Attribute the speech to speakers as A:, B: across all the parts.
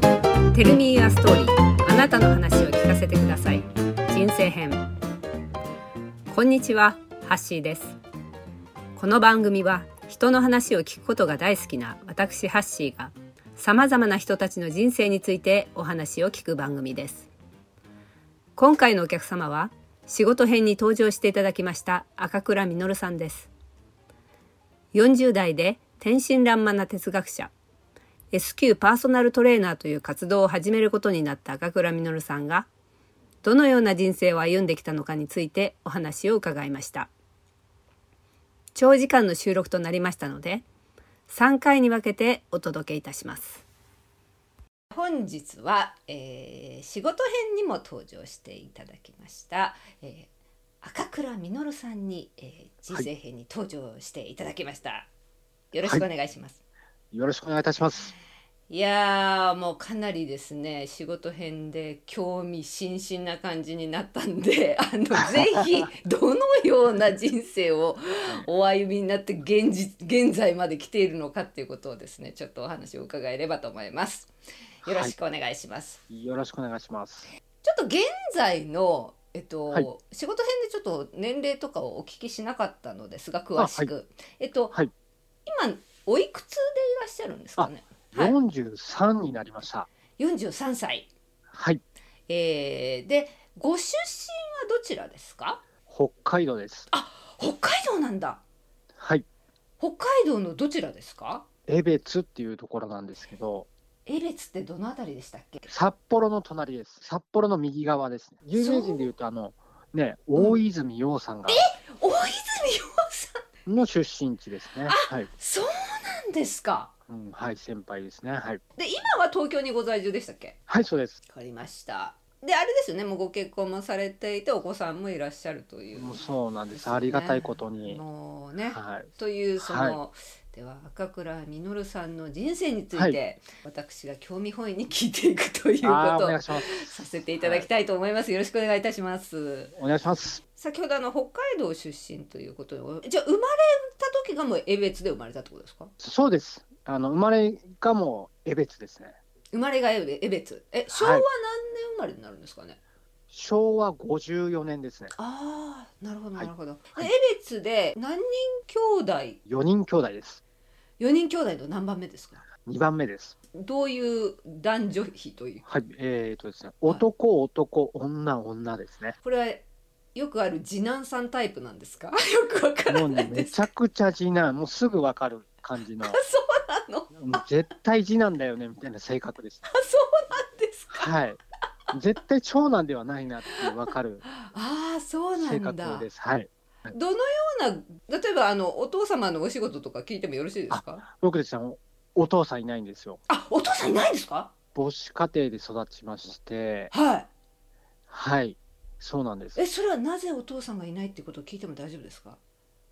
A: Tell me a story あなたの話を聞かせてください人生編こんにちはハッシーですこの番組は人の話を聞くことが大好きな私ハッシーがさまざまな人たちの人生についてお話を聞く番組です今回のお客様は仕事編に登場していただきました赤倉実さんです40代で天真爛漫な哲学者 S q パーソナルトレーナーという活動を始めることになった赤倉実さんがどのような人生を歩んできたのかについてお話を伺いました長時間の収録となりましたので3回に分けてお届けいたします本日は、えー仕事編にも登場していただきました、えー赤倉実さんに、えー人生編に登場していただきました、よろしくお願いします、
B: よろしくお願いいたします。
A: いやーもうかなりですね仕事編で興味津々な感じになったんで あのぜ ひどのような人生をお歩みになって現実現在まで来ているのかっていうことをですねちょっとお話を伺えればと思います。よろしくお願いします。
B: よろしくお願いします。
A: ちょっと現在のえっと、
B: はい
A: 仕事編でちょっと年齢とかをお聞きしなかったのですが詳しく、えっと、
B: はい
A: 今おいくつでいらっしゃるんですかね。はい
B: 四十三になりました。
A: 43歳。
B: はい、
A: えー、でご出身はどちらですか
B: 北海道です。
A: 北海道なんだ
B: はい、
A: 北海道のどちらですか
B: 江別っていうところなんですけど、
A: 江別ってどのあたりでしたっけ
B: 札幌の隣です。札幌の右側ですね。有名人でいうとあのね、
A: ん
B: 大泉洋さんが
A: 大泉洋さん
B: の出身地ですね。はい、
A: そうなんですか
B: うん、はい、先輩ですね。はい、
A: で今は東京にご在住でしたっけ
B: はい、そうです。
A: わかりましたであれですよねもうご結婚もされていてお子さんもいらっしゃるという
B: もうそうなんです。
A: ですね
B: ありがたいことに、
A: もうね
B: はい、
A: というその、では赤倉実さんの人生について、
B: は
A: 私が興味本位に聞いていくというこ
B: あー
A: と
B: お
A: を
B: 願いします。
A: させていただきたいと思います、よろしくお願いいたします
B: お願いします。
A: 先ほどあの北海道出身ということでじゃあ生まれた時がもう江別で生まれたってことですか
B: そうです。あの生まれがもう江別ですね。
A: 生まれが江別江別え昭和何年生まれになるんですかね、
B: 昭和54年ですね。
A: ああなるほど
B: は
A: ないるほど、
B: はい
A: で江別で何人兄弟
B: 4人兄弟です。
A: 4人兄弟の何番目ですか
B: 2番目です。
A: どういう男女比という
B: はい。えー、とですね、男、男、女、女ですね。
A: これはよくある次男さんタイプなんですか よくわから
B: もう
A: な い
B: ねめ
A: です
B: ちゃくちゃ次男、もうすぐわかる感じの、
A: あそうなの
B: もう絶対次男だよねみたいな性格です。
A: あそうなんですか
B: はい。絶対長男ではないなっていうわかる
A: ああそうな
B: 性
A: んだ
B: 格です。はい。
A: どのような例えばあのお父様のお仕事とか聞いてもよろしいですか
B: 僕ですね、お父さんいないんですよ。
A: あお父さんいないんですか
B: 母子家庭で育ちまして、
A: は
B: はい。そうなんです
A: いえ。それはなぜお父さんがいないってことを聞いても大丈夫ですか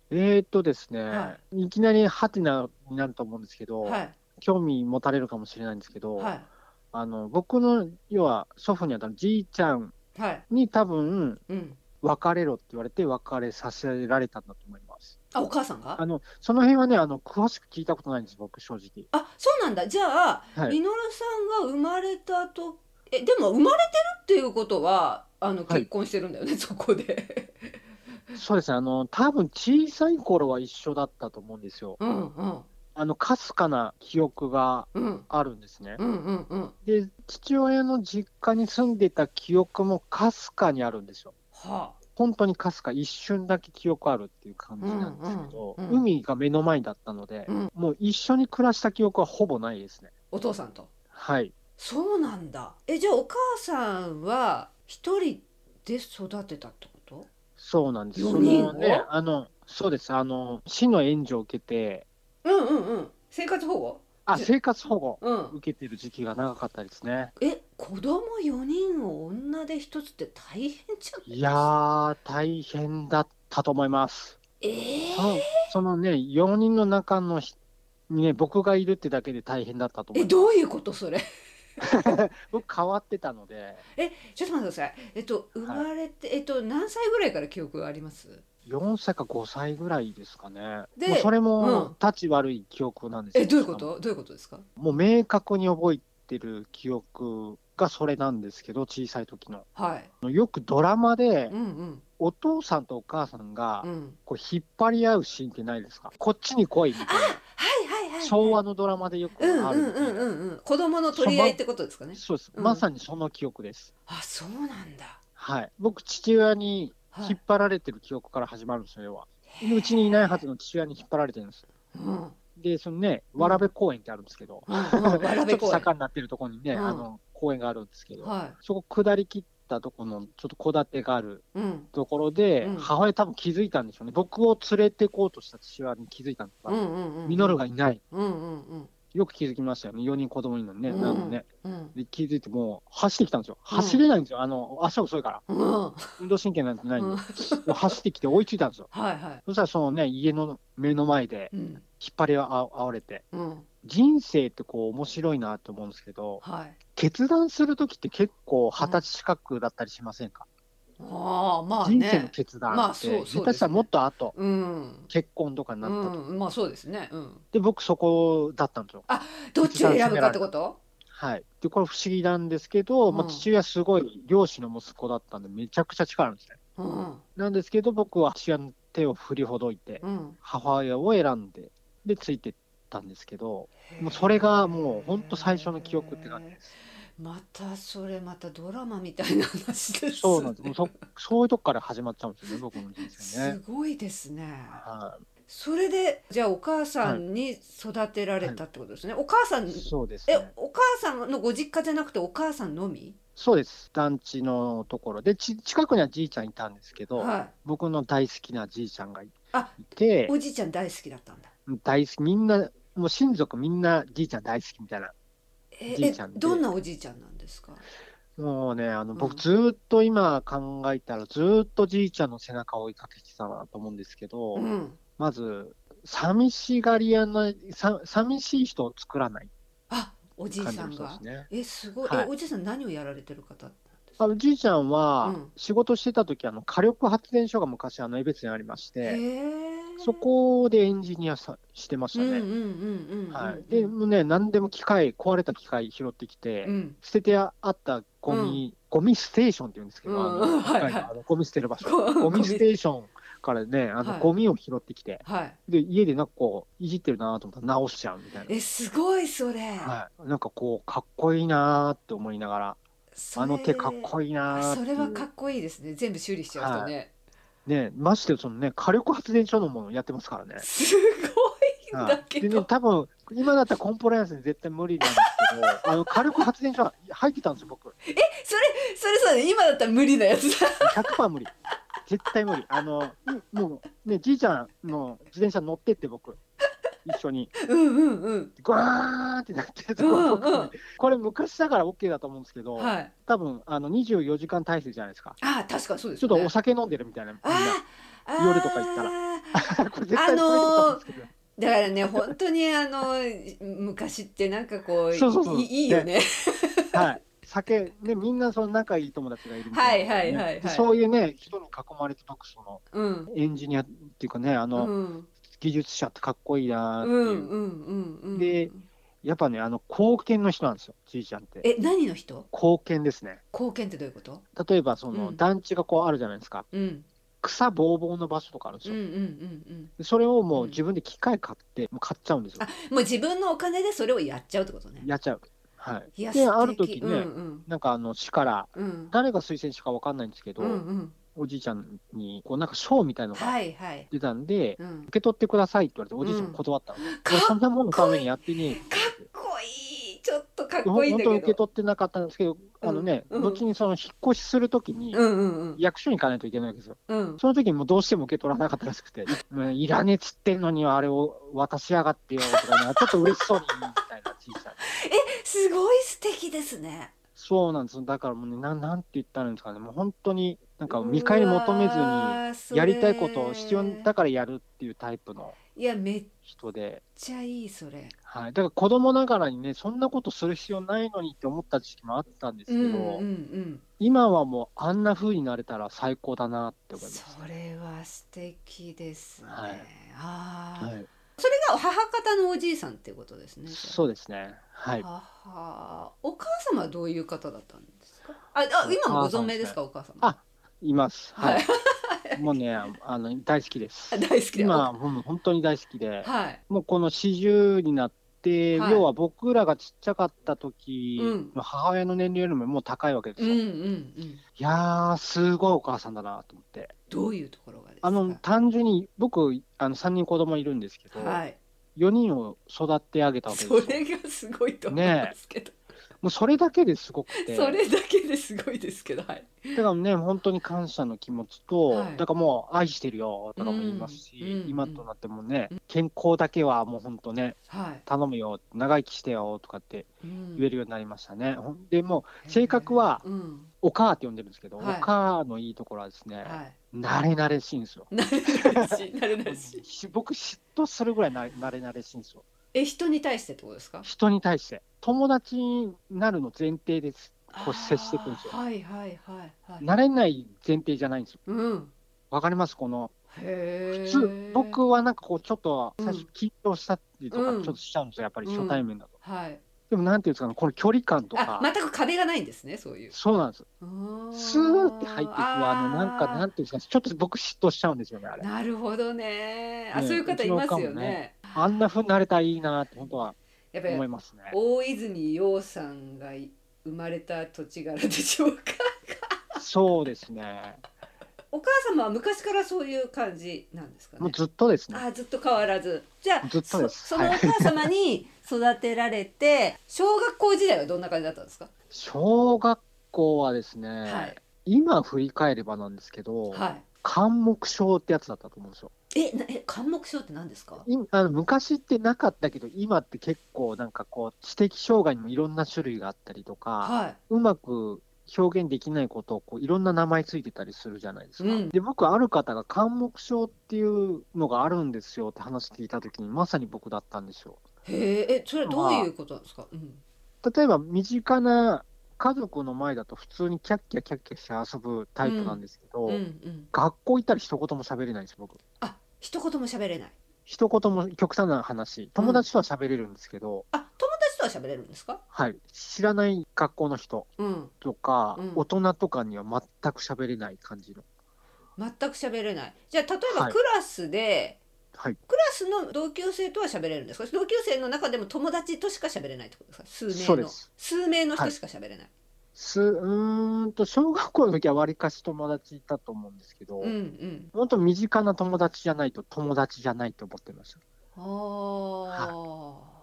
B: えー、っとですね、、
A: はい
B: きなりハテナになると思うんですけど、
A: はい
B: 興味持たれるかもしれないんですけど、
A: は
B: あの僕の要は祖父にあたるじいちゃん
A: いはい
B: に多分
A: うん
B: 別れろって言われて別れさせられたんだと思います。
A: あお母さんが
B: あのその辺はねあの詳しく聞いたことないんです僕正直。
A: あそうなんだじゃあ、
B: はい
A: みのるさんが生まれたとえでも生まれてるっていうことはあの
B: はい
A: 結婚してるんだよね、そこで
B: そうですねあの多分小さい頃は一緒だったと思うんですよ。
A: うんうん
B: あのかすかな記憶が
A: うん
B: あるんですね
A: う。んうんうん
B: で父親の実家に住んでた記憶もかすかにあるんですよ。
A: は
B: 本当にかすか一瞬だけ記憶あるっていう感じなんですけど、
A: うんうんうん
B: 海が目の前だったので、
A: うん
B: もう一緒に暮らした記憶はほぼないですね。
A: あお父さんと
B: はい。
A: そうなんだえじゃあお母さんは一人で育てたってこと
B: そうなんです。
A: 四人
B: そのね、あの、そうです。あの、市の援助を受けて、
A: うんうんうん生活保護
B: あ、
A: じ
B: 生活保護
A: うん
B: 受けてる時期が長かったですね。
A: え子供4人を女で一つって大変じゃない
B: いやー、大変だったと思います。
A: え
B: そ
A: ー
B: のそのね、4人の中のひにね、僕がいるってだけで大変だったと思
A: え
B: います。
A: どういうことそれ
B: 僕変わってたので、
A: ちょっと待ってくださいえっと生まれて、えっと何歳ぐらいから記憶があります
B: 4歳か5歳ぐらいですかね。
A: で
B: もうそれ
A: うん
B: も、立ち悪い記憶なんですよ
A: えどういうことどういうことですか
B: もう明確に覚えってる記憶がそれなんですけど、小さい時の。
A: はい。
B: よくドラマで
A: う、んうん
B: お父さんとお母さんが
A: う、ん。
B: こう引っ張り合うシーンってないですかこっちに来いみたい
A: はいはいはいは
B: な。
A: い。
B: 昭和のドラマでよく
A: うん
B: あ
A: う
B: る
A: ん
B: みた
A: う
B: い
A: ん
B: な。
A: うんうん。子供の取り合いってことですかね。
B: そうです。
A: うん
B: まさにその記憶です。
A: あ、そうなんだ。
B: はい。僕、父親に
A: はい
B: 引っ張られてる記憶から始まるんですよ、要は。うちにいないはずの父親に引っ張られてるんです。
A: うん。うん
B: で、そのね、わらべ公園ってあるんですけど、
A: うん。わら
B: ち
A: べ
B: ょっと
A: 公園。
B: 坂になってるところにね、
A: うん
B: あの公園があるんですけど、
A: は
B: そこ下り切ったところのちょっと戸建てがある
A: い。うん。
B: ところで、
A: うん
B: 母親多分気づいたんでしょうね。僕を連れてこうとした父親に気づいたの
A: う
B: か、
A: んうんうん。
B: ミノル。がいない。
A: うんうんうん。
B: よく気づきましたよね。4人子供いるのにね、
A: うん
B: なのね。
A: うん。
B: で気づいてもう走ってきたんですよ。走れないんですよ。あの、足遅いから。
A: うん。
B: 運動神経なんてないんで。
A: うん
B: もう走ってきて追いついたんですよ。
A: はいは
B: そしたらそのね、家の目の前で
A: い。うん。
B: 引っ張りああわれて。
A: うん。
B: 人生ってこう面白いなと思うんですけど、
A: はい。
B: 決断するときって結構二十歳近くだったりしませんか、
A: ああ、まあ
B: 人生の
A: ね。
B: 決断って、
A: まあそうそうですね
B: 下手したらもっと後、
A: うん。
B: 結婚とかになったと、
A: うん、まあそうですね。うん。
B: で僕そこだったんですよ。
A: どっちを選ぶかってこと
B: はい、でこれ不思議なんですけど、
A: う
B: まあ、
A: ん
B: 父親すごい漁師の息子だったんでめちゃくちゃ力あるんですね。
A: うん。
B: なんですけど僕は父親の手を振りほどいて
A: うん。
B: 母親を選んででついてったんですけどもうそれがもうほんと最初の記憶って感じです。
A: またそれまたドラマみたいな話です、ね。
B: そうなんですもうそそういうとこから始まっちゃうん ですよね僕の人生
A: す
B: ね。
A: ごいですね。
B: は
A: それでじゃあお母さんに育てられたってことですね。お母さん、
B: い、そうです、ね
A: え。お母さんのご実家じゃなくてお母さんのみ？
B: そうです、団地のところで、ち近くにはじいちゃんいたんですけど、
A: は
B: 僕の大好きなじいちゃんがい
A: あ
B: い
A: い。
B: て、
A: おじいちゃん大好きだったんだ。
B: 大好き、みんな、もう親族みんなじいちゃん大好きみたいな、
A: え
B: じいちゃんで
A: えどんなおじいちゃんなんですか？
B: もうね、あの
A: う
B: 僕、
A: ん
B: ずーっと今考えたら、ずーっとじいちゃんの背中を追いかけてたなと思うんですけど、
A: うん。
B: まず、寂しがり屋の、さ寂しい人を作らない
A: あおじい
B: 感じ
A: さ
B: の
A: ん
B: 人で
A: が
B: す。ね。
A: えすごい。
B: はい
A: えおじいさん何をやられてる方なんですか？
B: あのじいちゃんは
A: うん、
B: 仕事してた時、あの火力発電所が昔、あの江別にありまし
A: へ
B: て、
A: え。
B: そこでエンジニアさしてました
A: うんうん
B: ね。
A: うんうん。
B: は
A: うん
B: い、で、もうね、何でも機械、壊れた機械拾ってきて、
A: うん。
B: 捨ててあったゴミ、ゴミステーションって言うんですけど、あ
A: うん
B: の機械の
A: はいはい
B: あのゴミ捨てる場所、
A: ゴミ
B: ゴミステーションからね、あ
A: は
B: の
A: い
B: ゴミを拾ってきて、
A: はい。
B: で家でなんかこう、いじってるなと思ったら直しちゃうみたい
A: えすごいそれ。
B: な、はい、なんかこう、かっこいいなって思いながら、
A: それ
B: あの手かっこいいなっ
A: そ
B: ていう
A: れはかっこいいですね。全部修理しちゃう人ね。
B: ね、ましてそのね、火力発電所のものやってますからね。
A: すごいん だけ
B: でね、
A: ど。
B: 多分今だったらコンプライアンスに絶対無理なんです けど、あの火力発電所は入ってたんですよ、僕。
A: それそれそうね。今だったら無理なやつだ。
B: 100%無理。絶対無理。あの、うんもう、ね、じいちゃんの自転車乗ってって、僕、一緒に、
A: うんうんうん。
B: ぐわーンってなって、
A: うん
B: 僕
A: うん。
B: これ、昔だから OK だと思うんですけど、
A: はい。
B: 多分あの24時間体制じゃないですか。
A: あー確かにそうです
B: ちょ
A: よ
B: っと
A: ね。
B: お酒飲んでるみたいな、みん
A: あーあー
B: 夜とか行った これ絶対無理だと思うんですけど、
A: だからね本当にあの昔ってなんかこう
B: そうそうそう
A: いいいよね。
B: はい。酒、ね、みんなその仲いい友達がいるみたいな、
A: はいはいはいはい
B: でそういうね、人に囲まれて、僕、その、
A: うん。
B: エンジニアっていうかね、あ
A: う
B: の、
A: ん
B: 技術者ってかっこいいな
A: う
B: ーって
A: んう
B: いう。
A: んうんうん。
B: でやっぱね、あの貢献の人なんですよ、じいちゃんって。
A: え何の人？
B: 貢献ですね。
A: 貢献ってどういうこと？
B: 例えば、その、
A: うん
B: 団地がこうあるじゃないですか。
A: うん
B: 草ぼうぼうの場所とかあるんで
A: う
B: す
A: んうん
B: よ。
A: うんうん。
B: でそれをも
A: う
B: うん自分で機械買って、もう買っちゃうんですよ
A: あ。もう自分のお金でそれをやっちゃうってことね。
B: やっちゃう。はい。
A: いや
B: で、
A: 素敵
B: ある時ね、
A: うん
B: なんかあの、市から、
A: うんうん
B: 誰が推薦したかわかんないんですけど、
A: うんうん。
B: おじいちゃんに、こう、なんか賞みたいのが
A: はいはい。
B: 出たんで、
A: うん。
B: 受け取ってくださいって言われて、おじいちゃ
A: うん
B: ん断ったの。い
A: か
B: やそ
A: っ
B: んなもんのためにやってねえって
A: かっこいい。ちょっとかっ
B: ほん
A: こいいん
B: 本
A: だ
B: 当に
A: け
B: 受け
A: ど。
B: 取ってなかったんですけど、あのね、
A: うん
B: 後にその引っ越しするときに、
A: うんうんうん
B: 役所に行かないといけないわけですよ。
A: うん。
B: その時にもうどうしても受け取らなかったらしくて、うんいらねえっつってんのにあれを渡しやがってよとかね、ちょっと嬉しそうに言うみたいな小さな。
A: すごい素敵ですね。
B: そうなんです。だからもうね、なんなんて言ったらいいんですかね、もう本当になんか見返り求めず
A: う
B: に、
A: わーそれ
B: やりたいことを必要だからやるっていうタイプの
A: いやめっ
B: 人で、
A: ちゃいいそれ。
B: はい、だから子供ながらにね、そんなことする必要ないのにって思った時期もあったんです
A: う
B: け
A: ん
B: ど、
A: うんうん。
B: 今はもうあんな風になれたら最高だなって思います。
A: それは素敵ですね。
B: はい
A: ああ、
B: はい、
A: それが母方のおじいさんっていうことですね。
B: そうですね。はい。
A: 母お母様はどういう方だったんですか。あ、あ今もご存命ですか、お母様。
B: あいます。
A: は
B: はい い。もうね、あの、大好きです
A: あ。大好きだ。
B: 今、うん本当に大好きで、
A: はい。
B: もうこの40になって、
A: はい
B: 要は僕らがちっちゃかった時
A: うん
B: の母親の年齢よりももう高いわけで
A: う
B: す
A: ん
B: よ。
A: う
B: い
A: んうん。
B: やー、すごいお母さんだなと思って。
A: どういうところがですか。
B: あの、単純に僕、あの、3人子供いるんですけど、
A: はい。
B: 4人を育ってあげたわけです
A: そ
B: よ。
A: れがすごいと思いますけど、
B: もうそれだけですごくて。
A: それだけですごいですけど、はい。
B: だからね、本当に感謝の気持ちと、
A: はい
B: だからもう愛してるよとかも言いますし、
A: うんうん
B: 今となってもね、健康だけはもう本当ね、
A: はい。
B: 頼むよ、長生きしてよとかって
A: 言
B: 言えるようになりましたね。ほんで、もう性格は、
A: うん、
B: お母って呼んでるんですけど、
A: はい
B: お母のいいところはですね、
A: はい。
B: 慣れ慣れしいんですよ。
A: 慣れなれ しい、慣れなれしい。
B: し僕、嫉妬するぐらいな慣れ慣れしいんですよ。
A: え、人に対してってことですか。
B: 人に対して。友達になるの前提です。こう接していくんですよ
A: あーはいはいはいはい。
B: 慣れない前提じゃないんですよ。
A: うん。
B: わかりますこの
A: へ
B: 普
A: え。
B: 通僕はなんかこうちょっと最初
A: うん
B: 緊張したりとかち
A: う
B: ょ
A: ん
B: っとしちゃうんですよ、やっぱり
A: うん
B: 初対面だと、
A: はい。
B: でもなんていうんですかねこの距離感と
A: あ
B: か、
A: 全く壁がないんですね、そういう。
B: そうなんです
A: うーん
B: スーって入っていくあのなんかなん
A: あ
B: ていうんですかちょっと僕嫉妬しちゃうんですよねあ
A: ー
B: れ
A: なるほどね。あ、
B: ね
A: そういう方いますよ
B: うちのおかん
A: ね。
B: もねあんな風になれたらいいなって本当は
A: やっぱ
B: 思い
A: り
B: ますね
A: 大泉洋さんが生まれた土地柄でしょうか。
B: そうですね
A: お母様は昔からそういう感じなんですかね。
B: もうずっとですね
A: あずっと変わらずじゃあ
B: ずっとです
A: そそのお母様に育てられて、 小学校時代はどんな感じだったんですか、
B: 小学校はですね、
A: はい
B: 今振り返ればなんですけど、
A: は
B: 関目症ってやつだったと思うんですよ
A: いえなえ関目症って何ですか
B: いあの昔ってなかったけど、今って結構なんかこう、知的障害にもいろんな種類があったりとか、
A: は
B: うまく表現できないことをこういろんな名前ついてたりするじゃないですか。
A: うん
B: で、僕、ある方が関目症っていうのがあるんですよって話聞いたときに、まさに僕だったんですよ。
A: いへええそれはどういうことなんですか、うん、
B: 例えば、身近な家族の前だと普通にキャッキャキャッキャして遊ぶタイプなんですけど、
A: うんうん
B: 学校行ったら一言も喋れないんですよ、僕。
A: あ一言も喋れない
B: 一言も極端な話、友達とは喋れるんですけど、
A: あ友達とは喋れるんですか
B: はい、知らない学校の人
A: うん
B: とか、
A: うん
B: 大人とかには全く喋れない感じの。
A: 全く喋れないじゃあ例えば
B: はい
A: クラスで、
B: はい、
A: クラスの同級生とは喋れるんですか同級生の中でも友達としか喋れないってことですか数
B: そ
A: 名
B: うで
A: の
B: す
A: 数名の
B: は
A: 人
B: い
A: しか喋れない、
B: すうーんと、小学校の時はわりかし友達いたと思うんですけど、
A: うんうん
B: 本当身近な友達じゃないと友達じゃないと思ってました。
A: あー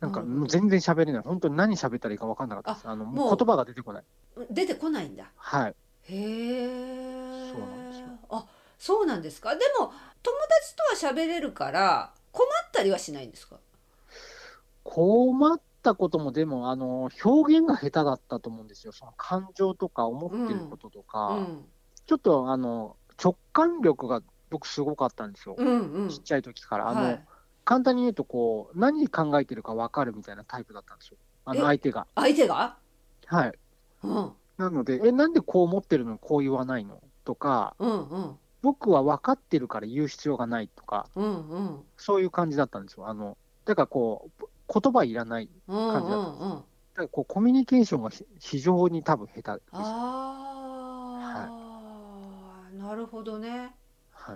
B: なんか
A: なるほど
B: もう全然喋れない。本当に何喋ったらいいか分かんなかったです。あのも
A: もう
B: う言葉が出てこない。
A: 出てこないんだ
B: はい。
A: へえ
B: そうなんですよ
A: あそうなんですかでも友達とは喋れるから困ったりはしないんですか
B: 困ったことも、でも、あの、表現が下手だったと思うんですよ。その感情とか思ってることとか、
A: うん
B: ちょっとあの、直感力が僕すごかったんですよ。
A: うんうん
B: ちっちゃい時から。あの、
A: はい、
B: 簡単に言うとこう何考えてるか分かるみたいなタイプだったんですよあ
A: え
B: の相手が
A: 相手が
B: はい
A: うん
B: なのでえなんでこう思ってるのこう言わないのとか
A: うんうん
B: 僕は分かってるから言う必要がないとか
A: うんうん
B: そういう感じだったんですよあのだからこう言葉いらない
A: うん
B: 感じ
A: う
B: だ
A: んうん
B: だからこうコミュニケーションがひ非常に多分下手です、は
A: あーなるほどね
B: い、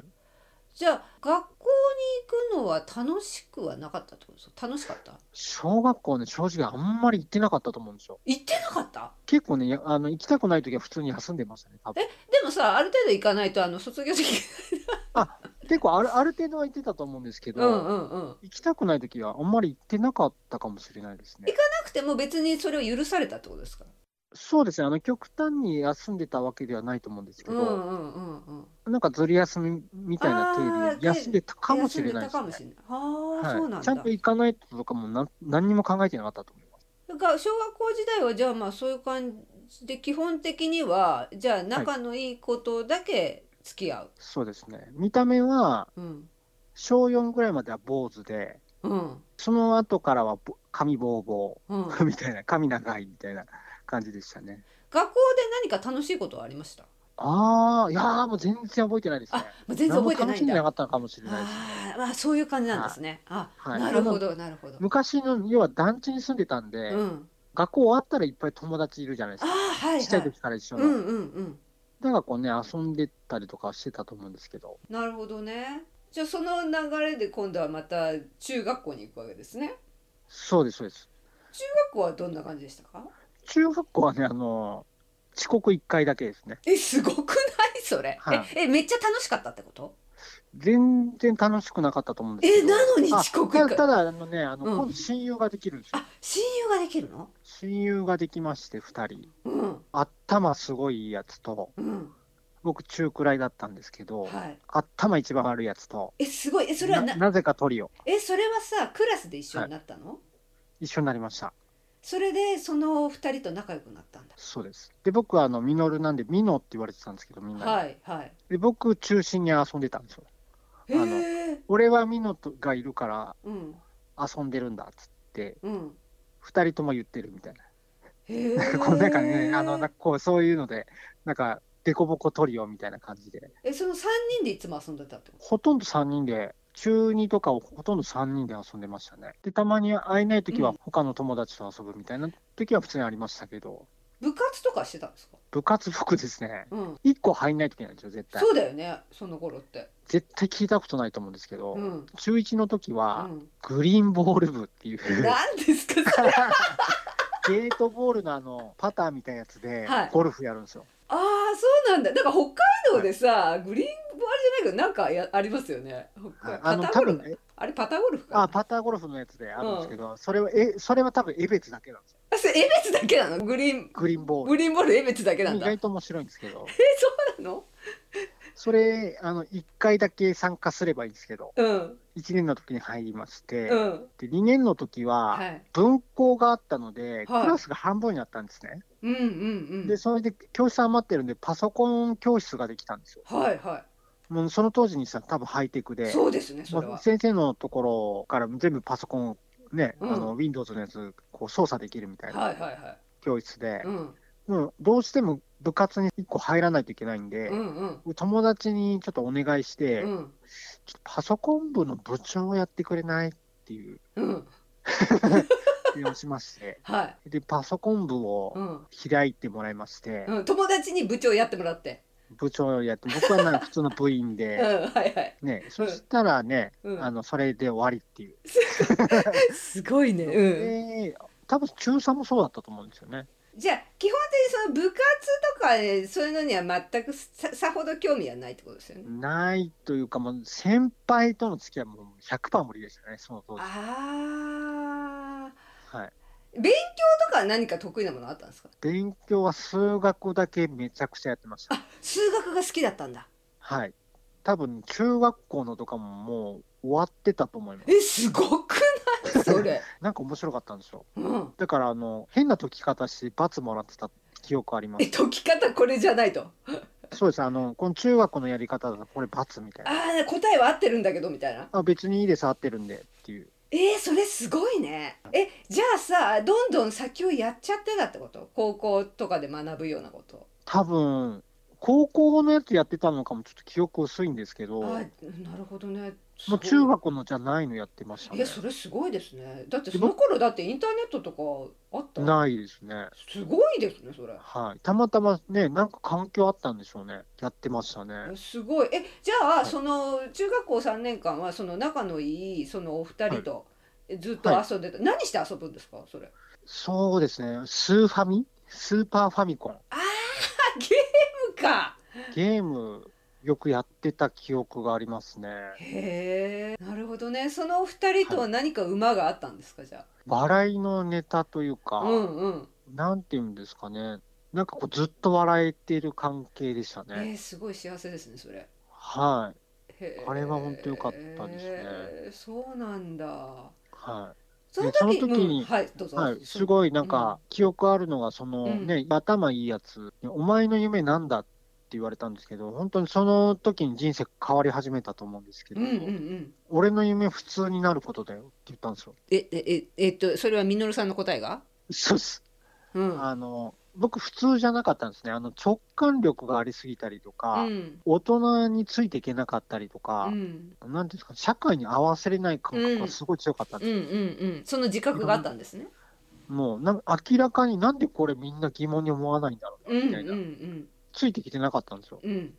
A: じゃあ学校に行くのは楽しくはなかったってことですか楽しかった
B: 小学校ね正直あんまり行ってなかったと思うんですよ
A: 行ってなかった
B: 結構ねやあの行きたくない時は普通に休んでましたね多分
A: でもさある程度行かないとあの卒業式
B: 結構あるある程度は行ってたと思うんですけど、
A: うんうんうん
B: 行きたくないときはあんまり行ってなかったかもしれないですね。
A: なくても別にそれを許されたってことですか
B: そうですね、あの極端に休んでたわけではないと思うんですけ
A: うん
B: ど、
A: うんうんうん
B: なんかずり休みみたいな
A: あー
B: 定理、休んでたかもしれない
A: 休んでたか
B: です
A: もしれない
B: ね
A: ああ、
B: はい
A: そうなんだ
B: ちゃんと行かないとかもなん何にも考えてなかったと思います。
A: だから小学校時代はじゃあまあそういう感じで基本的にはじゃあ仲のいいことだけ付き合う、
B: そうですね、見た目は
A: うん
B: 小4ぐらいまでは坊主で、
A: うん
B: その後からはぼ髪ぼうぼ
A: うん、
B: うみたいな、髪長いみたいな感じでしたね。
A: 学校で何か楽しいことはありました
B: ああ、いやーもう全然覚えてないですね。
A: まあ、全然覚えてないん
B: 何も楽しんでな
A: だ。
B: か
A: あ
B: ったのかもしれないですね。
A: あー、まあ、そういう感じなんですね。あ、
B: はい
A: なるほど、なるほど。
B: 昔の、要は団地に住んでたんで、
A: うん。
B: 学校終わったらいっぱい友達いるじゃないで
A: あ
B: す
A: あ、
B: か。
A: はい、はい。
B: ちっちゃい時から一緒
A: う
B: の。
A: ん、うん、うん。
B: だからこうね、遊んでたりとかしてたと思うんですけど。
A: なるほどね。じゃあ、その流れで、今度はまた中学校に行くわけですね。
B: そうです、そうです。
A: 中学校はどんな感じでしたか。
B: 中学校はね、あの、遅刻1回だけですね。
A: え、すごくない、それ。
B: はい
A: え、え、めっちゃ楽しかったってこと。
B: 全然楽しくなかったと思うんですけ
A: え、
B: ど。
A: なのに遅刻
B: あ
A: か
B: たただ、あのね、あの、
A: うん
B: 今度親友ができるんですよ。
A: あ、親友ができるの。
B: 親友ができまして、2人。
A: うん。
B: 頭すごいいいやつと、
A: うん。
B: 僕中くらいだったんですけど、
A: はい。
B: 頭一番悪いやつと、
A: え、すごい。え、それは
B: な
A: な。
B: なぜかトリオ、
A: え、それはさ、クラスで一緒になったの。
B: 一緒になりました。
A: それで、その二人と仲良くなったんだ。
B: そうです。で、僕はあの、ミノルなんで、ミノって言われてたんですけど、みんなに。
A: はい、はい。
B: で、僕中心に遊んでたんですよ。
A: へえ。
B: 俺はミノとがいるから
A: うん。
B: 遊んでるんだっつって、
A: うん。
B: 二人とも言ってるみたいな。
A: へえ
B: こうなんかね、あの、なんかこう、そういうので、なんか、デコボコトリオみたいな感じで、
A: え、その三人でいつも遊んでたってこ
B: ほとんど3人で、中2とかをほとんど3人で遊んでましたね。で、たまに会えないとき
A: う
B: は
A: ん
B: 他の友達と遊ぶみたいな時は普通にありましたけど、
A: と。部活とかしてたんですか。
B: 部活服ですね。
A: うん。
B: 1個入んないといけないんですよ、絶対
A: そ。うだよね。その頃って。
B: 絶対聞いたことないと思うんですけど、
A: うん。
B: 中1の時
A: う
B: は、
A: ん。
B: グリーンボール部っていう、
A: なんですか。 それ
B: ゲートボールのあの、パターみたいなやつで
A: はい、
B: ゴルフやるんですよ。
A: ああ、そうなんだ。だから北海道でさ、グリーンボールじゃないけど、なんかやありますよね。北海
B: あの、
A: パタゴ
B: 多
A: ルフ
B: 分、え
A: あれパタゴルフかな。
B: あ、パターゴルフのやつであるんですけど、それは、え、それは多分、エベツだけなんですよ。
A: あそれエベツだけなの。グリーン。
B: グリーンボー
A: グ
B: ル。
A: リーンボールエベツだけなん
B: 意
A: だ。え
B: 外、と面白いんですけど。
A: そうなの。
B: それ、あの、1回だけ参加すればいいんですけど、
A: うん。
B: 1年の時に入りまして、
A: うん。
B: で2年の時
A: は。
B: はい分校があったので、
A: はい
B: クラスが半分になったんですね。
A: うんうんうん。
B: で、それで教室余ってるんで、パソコン教室ができたんですよ。
A: はいは
B: もうその当時にさ、多分ハイテク
A: い。
B: で、
A: そうですね。それ
B: まあ
A: は。
B: 先生のところから全部パソコンをね、
A: うん
B: あの Windows のやつこう操作できるみたい
A: はい
B: な
A: はいは
B: 教室で
A: い。、うん。
B: もうどうしても部活に1個入らないといけないんで
A: う、んうん。
B: 友達にちょっとお願いして、
A: うん。
B: ちょっとパソコン部の部長をやってくれないっていう
A: うん。
B: 提案をしま して、
A: はい。
B: で、パソコン部
A: う
B: を
A: ん。
B: 開いてもらいまして、
A: うん、友達に部長やってもらって。
B: 部長をやって、僕はなんか普通の部員
A: うん、
B: で、
A: はいはい。
B: ね、そしたらね、
A: うん
B: あの、それで終わりっていう。
A: すごいね。うん。
B: で、多分中3もそうだったと思うんですよね。
A: じゃあ、基本的にその部活とか、ね、そういうのには全くささほど興味はないってことですよね。
B: ないというか、もう先輩との付き合いも100%無理でしたね、その当時。
A: ああ。
B: はい。
A: 勉強とかは何か得意なものあったんですか
B: 勉強は数学だけめちゃくちゃやってました。
A: 数学が好きだったんだ。
B: はい。多分、中学校のとかももう終わってたと思います。
A: え、すごくないそれ。
B: なんか面白かったんですよ。
A: うん。
B: だから、あの、変な解き方して罰もらってた記憶ありま
A: え、
B: す。
A: 解き方これじゃないと。
B: そうです。あの、この中学校のやり方だと、これ罰みたいな。
A: ああ、答えは合ってるんだけど、みたいな。
B: あ、別にいいです、合ってるんでっていう。
A: えー、それすごいね。え、じゃあさ、どんどん先をやっちゃってたってこと高校とかで学ぶようなこと。
B: 多分、高校のやつやってたのかも、ちょっと記憶薄いんですけど、
A: あ
B: も
A: ー、なるほどね。すご
B: う
A: い
B: 中学のじゃないのやってました
A: い
B: ね
A: や、。それすごいですね。だってその頃だってインターネットとかあった
B: ないですね。
A: すごいですね、それ。
B: はい。たまたまね、なんか環境あったんでしょうね。やってましたね。
A: すごい。え、じゃあ、
B: い
A: その中学校3年間はその仲のいいそのお二人とずっと
B: はい
A: 遊んでた。何して遊ぶんですか、それ。
B: そうですね。スーファミスーパーファミコン。
A: あ、ゲームか。
B: ゲーム、よくやってた記憶がありますね。
A: へえ、なるほどね。そのお二人とは何か馬があったんですか、じゃ
B: 笑いのネタというか、
A: あ。うんうん。
B: なんていうんですかね。なんかこうずっと笑えてる関係でした
A: え
B: ね。
A: ー、すごい幸せですねそれ。
B: はい。
A: あ
B: あれは本当良かったですね
A: そうなんだ。
B: は
A: その
B: でその
A: 時
B: 時に
A: うんはいどう
B: い。
A: ぞ。
B: はい。
A: そ
B: すごいなんか、記憶あるのが、その
A: うん
B: ね、頭いいやつ、お前の夢なんだって言われたんですけど、本当にその時に人生変わり始めたと思うんです
A: う
B: けど、
A: んうんうん。
B: 俺の夢普通になることだよって言ったんですよ。
A: ええええっとそれはみのるさんの答えが？
B: そうです。
A: ううん
B: あの僕、普通じゃなかったんですね、あの直感力がありすぎたりとか、
A: うん
B: 大人についていけなかったりと
A: う
B: か、
A: ん
B: なんていうんですか、社会に合わせれない感覚がすごい強かったん
A: うんう
B: で
A: ん
B: す、
A: うんその自覚があったんですね。
B: もうなんか明らかになんでこれ、みんな疑問に思わないんだろう
A: うん
B: な
A: う
B: み
A: ん
B: たいな、
A: うん
B: ついてきてなかったんですよ。
A: うん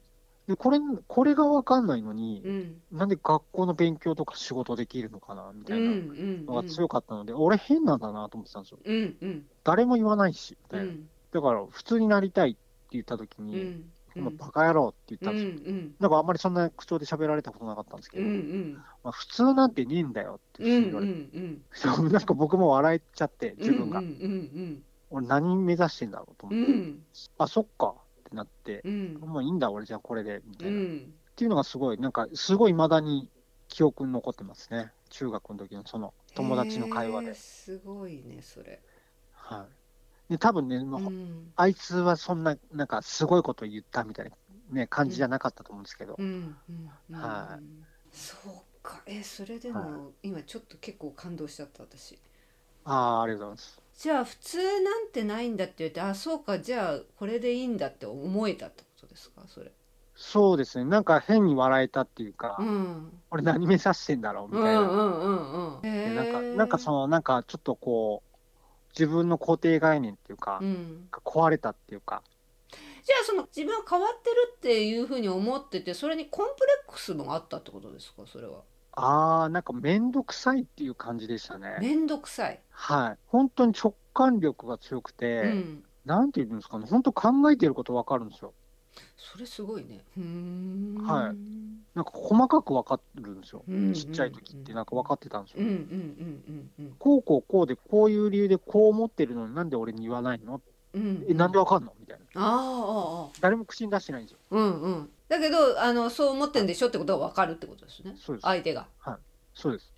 B: でこれこれが分かんないのに、
A: うん
B: なんで学校の勉強とか仕事できるのかなみ
A: う
B: たいなんのが強かったので、俺、変なんだなと思ってたんですよ。
A: うんうん
B: 誰も言わないし、み
A: う
B: たいなんだから、普通になりたいって言ったとき
A: う
B: に、
A: んう
B: お前
A: ん
B: バカ野郎って言っ
A: うん
B: たん
A: う
B: ですよ。
A: ん
B: なんかあんまりそんな口調で喋られたことなかったんですけ
A: う
B: ど、
A: ん
B: まあ、普通なんてねえんだよって
A: うんうん
B: 言わ
A: う
B: れて、
A: ん
B: なんか僕も笑えちゃって、自分が、
A: うんうん
B: 俺何目指してんだろうと
A: う
B: 思って、
A: ん
B: あ、そっかってなって、
A: うん
B: もういいんだ、俺じゃあこれで、みた
A: う
B: いな、っ
A: ん
B: ていうのがすごい、なんかすごい未だに記憶に残ってますね。中学の時のその友達の会話
A: へ
B: で
A: ー。すごいねそれ。
B: はい、で多分ね、まあ
A: うん
B: あいつはそんな、なんかすごいこと言ったみたいな、ね、感じじゃなかったと思うんですけど、
A: うんうんうん
B: は
A: そうかえそれでも今ちょっと結構感動しちゃった私。
B: ああ、ありがとうございます。
A: じゃあ普通なんてないんだって言ってあそうかじゃあこれでいいんだって思えたってことですかそれ。
B: そうですね、なんか変に笑えたっていうか、
A: うん
B: 俺何目指してんだろうみ
A: う
B: たいな。
A: んうんうんうん。
B: でなんか、
A: へー
B: なんかその、なんかちょっとこう、自分の固定概念っていうか、
A: うん。
B: 壊れたっていうか、
A: じゃあその自分は変わってるっていうふうに思っててそれにコンプレックスもあったってことですかそれは。
B: ああ、なんかめんどくさいっていう感じでしたね。
A: めんどくさい。
B: はい。本当に直感力が強くて、
A: うん。
B: なんていうんですかね、本当考えてることわかるんですよ。
A: それすごいね。うーん。
B: はいなんか細かくわかるんですよ。
A: い
B: ちっちゃい時ってなんか分かってたんです
A: うんう
B: よ。
A: んうんうん
B: こうこうこうで、こういう理由でこう思ってるのになんで俺に言わないの
A: うんうん。
B: え、なんで
A: あ
B: わかんのみたいな。
A: あああ
B: 誰も口に出してないんですよ。
A: あうんうん。だけどあのそう思ってんでしょってことはわかるってことですね。
B: そうです。
A: 相手が。
B: そうです。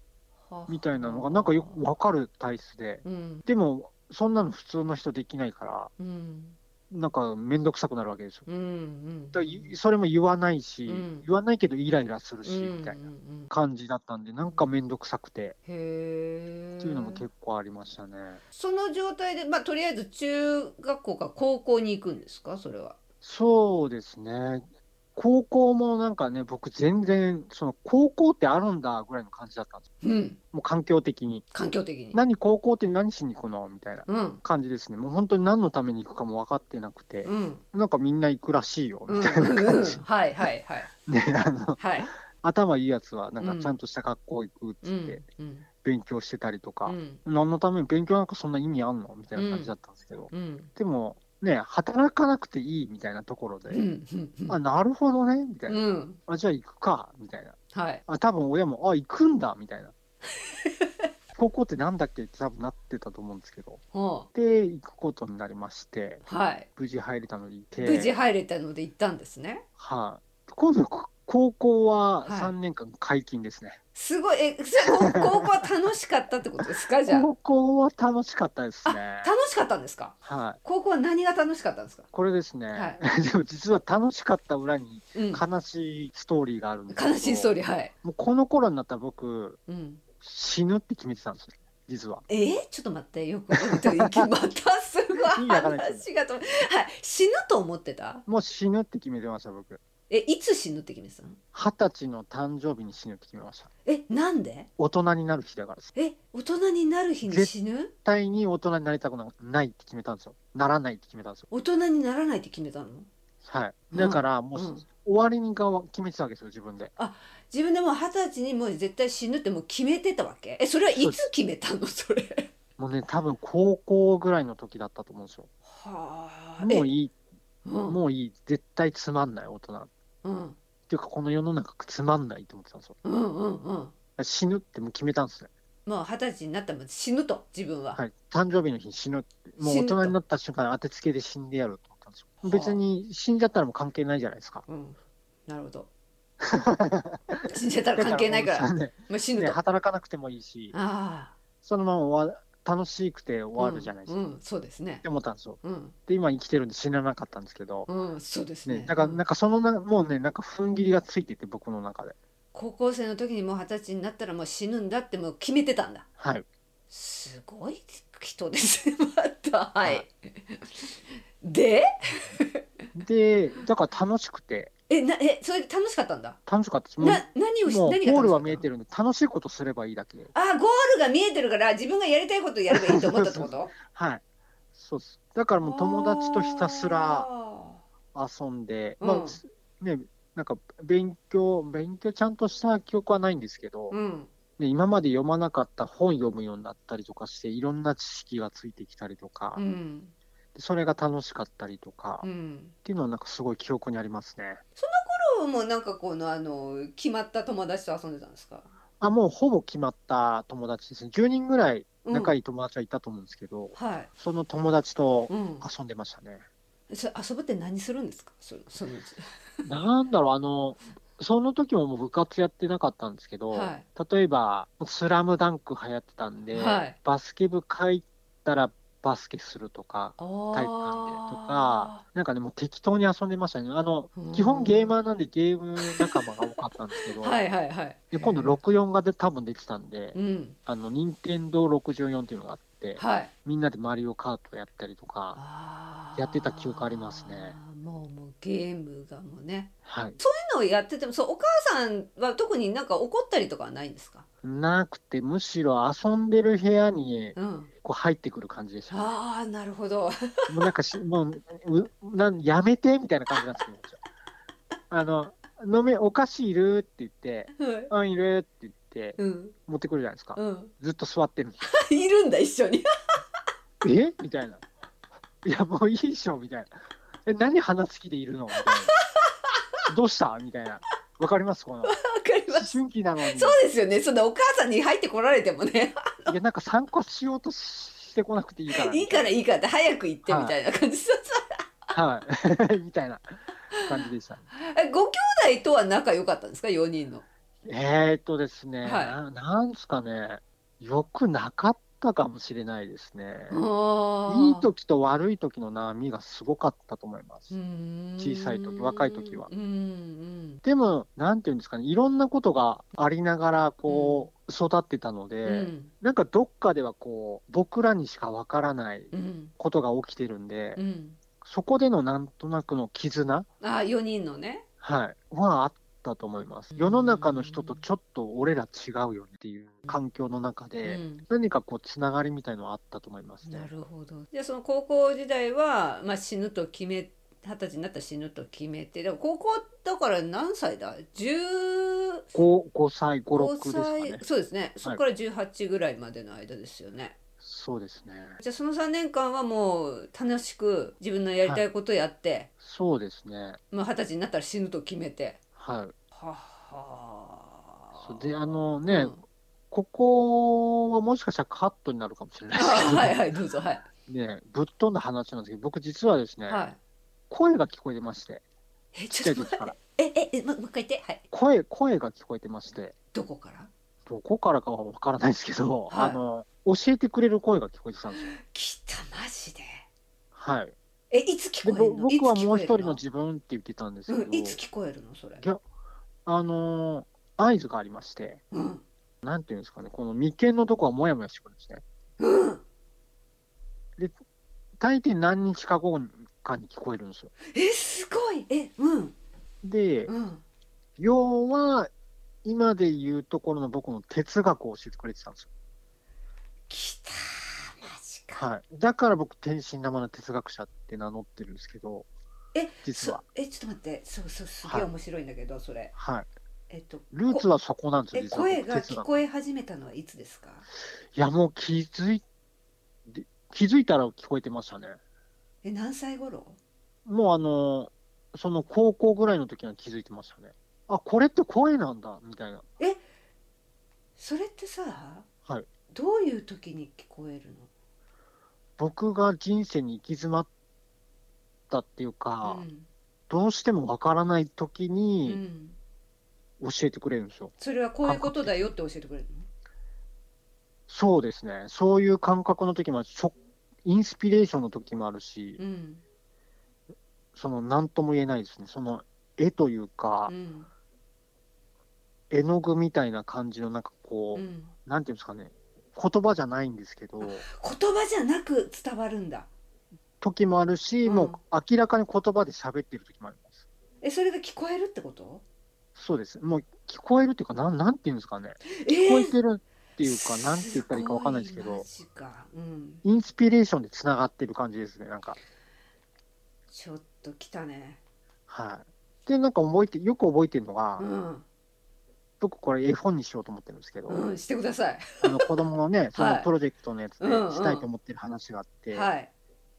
A: はあ
B: みたいなのが、なんかよくわかる体質で、
A: うん
B: でも、そんなの普通の人できないから、
A: うん
B: なんかめんどくさくなるわけですよ。
A: うんうん。
B: だからいそれも言わないし、
A: うん
B: 言わないけどイライラするし、
A: うん
B: みたいな
A: うんうん
B: 感じだったんで、なんかめんどくさくて、
A: へえ。
B: っていうのも結構ありましたね。
A: その状態で、まあ、とりあえず中学校から高校に行くんですか、それは。
B: そうですね。高校もなんかね、僕全然、その高校ってあるんだぐらいの感じだったんですよ。
A: うん、
B: もう環境的に。
A: 環境的に。
B: 何高校って何しに行くのみたいな
A: うん、
B: 感じですね。もう本当に何のために行くかも分かってなくて、
A: うん、
B: なんかみんな行くらしいよ、
A: うん、
B: み
A: うん、
B: たいな
A: う
B: 感
A: ん
B: じ。
A: はい、はい、はい、
B: ね、あの、
A: はい。
B: 頭いいやつは、なんかちゃんとした学校行くっ
A: う
B: つって
A: ん、、うん、
B: 勉強してたりと
A: う
B: か、
A: ん、
B: 何のために勉強なんかそんな意味あんのみたいな感じだったんですけど、
A: うん、
B: でも、ね、働かなくていいみたいなところで、
A: うん、
B: あ、なるほどね、みたいな。
A: うん、
B: あ、じゃあ行くか、みたいな。
A: はい。
B: あ、多分親も、あ、行くんだ、みた いな。高校ってなんだっけって多分なってたと思うんですけど。
A: ほ
B: で、行くことになりまして、
A: うはい。
B: 無事入れたのにいて、
A: 無事入れたので行ったんですね。
B: はい、今度、高校は
A: はい
B: 3年間解禁ですね。
A: すごい、え、そ れ高高校は楽しかったってことですか、じゃあ。
B: 高校は楽しかったですね。
A: 楽しかったんですか。
B: はい。
A: 高校は何が楽しかったんですか。
B: これですね、
A: は
B: でも実は楽しかった裏に
A: うん、
B: 悲しいストーリーがあるんですけど
A: 悲しいストーリー、はい。
B: もうこの頃になったら僕、
A: うん。
B: 死ぬって決めてたんですよ、実は。
A: えー、ちょっと待ってよく思って いきまたすご
B: 意
A: い
B: 味わかんないで
A: 話がとはい死ぬと思ってた
B: もう死ぬって決めてました、僕。
A: えいつ死ぬって決めてたの
B: 二十歳の誕生日に死ぬって決めました。
A: えなんで
B: 大人になる日だからです、
A: え大人になる日に死ぬ
B: 絶対に大人になりたくなないって決めたんですよ。ならないって決めたんですよ。
A: 大人にならないって決めたの
B: はい。だから、もう、
A: うん
B: 終わりにが決めてたわけですよ、自分で。
A: 自分でもう二十歳にもう絶対死ぬってもう決めてたわけえそれはいつ決めたのそれ
B: もうね、多分高校ぐらいの時だったと思うんですよ。
A: はあ
B: もういい、
A: えうん
B: もういい、絶対つまんない、大人。っ
A: うん
B: ていうか、この世の中つまんないと思ってたんですよ。
A: うんうんうん
B: 死ぬってもう決めたんですね。
A: もう二十歳になったらもう死ぬと自分は、
B: はい。誕生日の日に死ぬって。もう
A: 死ぬと
B: 大人になった瞬間、当てつけで死んでやると思ったんですよ。別に死んじゃったらもう関係ないじゃないですか。
A: うんなるほ ど死んじゃったら関係ないから
B: だもうね
A: もう死ぬ
B: ね、
A: と、あ
B: 働かなくてもいいし、
A: あ
B: そのまま終わ楽しくて終わるじゃないですか。
A: うん、うんそうですね
B: って。思ったんですよ。
A: うん、
B: で、今生きてるんで死ななかったんですけど、
A: うん、そうですね。
B: ね、なんか、なんかそのな、もうね、なんか踏ん切りがついてて、僕の中で。
A: 高校生の時にもう二十歳になったらもう死ぬんだってもう決めてたんだ。
B: はい。
A: すごい人ですね またはいで
B: で、だから楽しくて、
A: えなえそれ楽しかったんだ
B: 楽しかったです。もう
A: な何をし
B: もう
A: 何が
B: ゴー
A: 楽しか
B: ルは
A: った
B: 見えてるんで、楽しいことすればいいだけ。
A: あゴールが見えてるから自分がやりたいことをやればいいと思ったって こと
B: はい。そうっす。だからもう友達とひたすら
A: あ
B: 遊んで、
A: うん
B: まあ、ね、なんか勉強、勉強ちゃんとした記憶はないんですけど、
A: ーうん
B: ね、今まで読まなかった本読むようになったりとかして、いろんな知識がついてきたりとか、
A: うん
B: それが楽しかったりとか、
A: う
B: っ
A: ん
B: ていうのはなんかすごい記憶にありますね。
A: 今日もなんかこのあの決まった友達と遊んでたんですか、
B: あ、もうほぼ決まった友達ですね。10人ぐらい
A: うん、
B: 仲
A: い
B: いい友達はいたと思うんですけど、
A: はい、
B: その友達と
A: うん、
B: 遊んでましたね。
A: そ遊ぶって何するんですかそのそのうち
B: なんだろう、あの、その時ももう部活やってなかったんですけど、
A: はい
B: 例えば、スラムダンク流行ってたんで、
A: はい
B: バスケ部帰ったらバスケするとか、体育館でとかなんかね、もう適当に遊んでましたね。あの、
A: うん
B: 基本ゲーマーなんでゲーム仲間が多かったんですけ ど、
A: はいはいはい
B: で今度64がで多分出てたんで、
A: うん
B: あの、任天堂64っていうのがあって、
A: はい
B: みんなでマリオカートやったりとか、
A: あー
B: やってた記憶ありますね
A: もうもうゲームがもうね
B: はい。
A: そういうのをやっててもそうお母さんは特になんか怒ったりとかはないんですか
B: なくて、むしろ遊んでる部屋に
A: うん
B: こう入ってくる感じでしたね。
A: ああなるほど
B: もうなんかし、もう、うなんやめてみたいな感じなんですけど、あの、飲め、お菓子いるって言って、
A: はい
B: あ、いるって言って、
A: うん
B: 持ってくるじゃないですか。
A: うん
B: ずっと座ってるんですよ。
A: いるんだ一緒に
B: えみたいな。いや、もういいでしょみたいな。え、何鼻つきでいるのみたいな。どうしたみたいな。わかりますこの、思
A: わかります
B: 春期なのに。
A: そうですよねそんなお母さんに入ってこられてもね
B: いや、なんか参考しようとしてこなくていいから。
A: いいからいいからって早く行ってみたいな感じ、そうそう
B: はい。 みたいな感じでした。
A: えご兄弟とは仲良かったんですか4人の
B: えー、っとですね、
A: はい
B: ななんですかね、よくなかったかもしれないですね。い
A: い
B: い時と悪い時の波がすごかったと思います。
A: 小
B: 小さい時若い時は
A: うんうん
B: でも、なんていうんですかね、いろんなことがありながら、こう、育ってたので、
A: うん
B: なんかどっかではこう、僕らにしかわからない
A: うん
B: ことが起きてるんで、
A: うん
B: そこでのなんとなくの絆、
A: あ四人のね
B: はい、はあったと思います。世の中の人とちょっと俺ら違うよねっていう環境の中
A: う
B: で、
A: ん
B: 何かこうつながりみたいのはあったと思いますね
A: な。るほどじゃあその高校時代はまあ死ぬと決め二十歳になったら死ぬと決めてでも高校だから何歳だ15
B: 5, 5歳、5、6ですか
A: 歳
B: ね。
A: そうですねそこから18ぐらいまでの間ですよね、
B: そうですね。
A: じゃあその3年間はもう楽しく自分のやりたいことやって、
B: そうですね。
A: まあ、20歳になったら死ぬと決めて
B: はい。
A: はは
B: そうで、あの
A: う
B: ね、
A: ん
B: ここはもしかしたらカットになるかもしれない
A: あ
B: で
A: はいはいどうぞはい
B: すけど、ね、ぶっ飛んだ話なんですけど、僕実はですね、
A: はい
B: 声が聞こえてまして、
A: え
B: ちっ
A: ち
B: ちゃ
A: ょっ
B: い
A: と
B: 時
A: 待っ
B: から。
A: てえええ、ま、もう一回言ってはい
B: 声、声が聞こえてまして、
A: どこから
B: どこからかはわからないですけど、
A: はい
B: あの、教えてくれる声が聞こえてたんですよ。
A: 来たマジで
B: はい。
A: えいつ聞
B: で、
A: こえ
B: ぼ
A: るの
B: 僕はもう一人の
A: いつ聞こ
B: 自分って言ってたんです
A: える
B: け
A: の
B: ど
A: うん、いつ聞こえるのそれ
B: いやあのー合図がありまして、
A: うん
B: なんていうんですかね、この眉間のとこはもやもやしてくるんですね。
A: うん
B: 大抵何日か後かに聞こえるんですよ。
A: えすごいえうん
B: で、
A: うん
B: 要は、今で言うところの僕の哲学を教えてくれてたんですよ。
A: 来たマジか
B: はい。だから僕、天真生の哲学者って名乗ってるんですけど、
A: え
B: 実は
A: そ。えちょっと待ってそうそうすげえ面白いんだけど、それ
B: はい。
A: えっと
B: ルーツはそこなんですよ、
A: え
B: 実は僕。
A: 声が
B: 哲
A: 聞
B: 学。
A: こえ始めたのはいつですか
B: いや、もう気づいて、気づいたら聞こえてましたね。
A: え何歳頃
B: もうあのーその高校ぐらいの時には気づいてましたね。あ、これって声なんだ、みたいな。
A: それってさ、
B: はい
A: どういう時に聞こえる
B: 僕が人生に行き詰まったっていうか、
A: のうん
B: どうしてもわからない時
A: う
B: に
A: ん、
B: 教えてくれるんですよ。
A: それはこういうことだよって教えてくれるの
B: そうですね。そういう感覚の時もあるし、ショッインスピレーションの時もあるし、
A: うん
B: その何とも言えないですね。その絵というか
A: う、ん
B: 絵の具みたいな感じのなんかこ
A: う
B: う、
A: ん
B: なんていうんですかね、言葉じゃないんですけど、
A: 言葉じゃなく伝わるんだ
B: 時もあるし、
A: うん
B: もう明らかに言葉で喋ってる時もあります。
A: えそれが聞こえるってこと
B: そうです。もう聞こえるっていうか、なんなんていうんですかね。
A: え
B: 聞こえ
A: って
B: るっていうか、なんて言ったらいいかわかんないですけど、
A: マジか、うん、
B: インスピレーションでつながってる感じですね、なんか。
A: ちょっと来たね
B: はい。で、なんか覚えて、よく覚えてるのが、
A: うん、
B: 僕これ絵本にしようと思ってるんですけど、
A: うん、してください
B: あの子供のね、その
A: はい
B: プロジェクトのやつで
A: うんうん
B: したいと思ってる話があって、
A: はい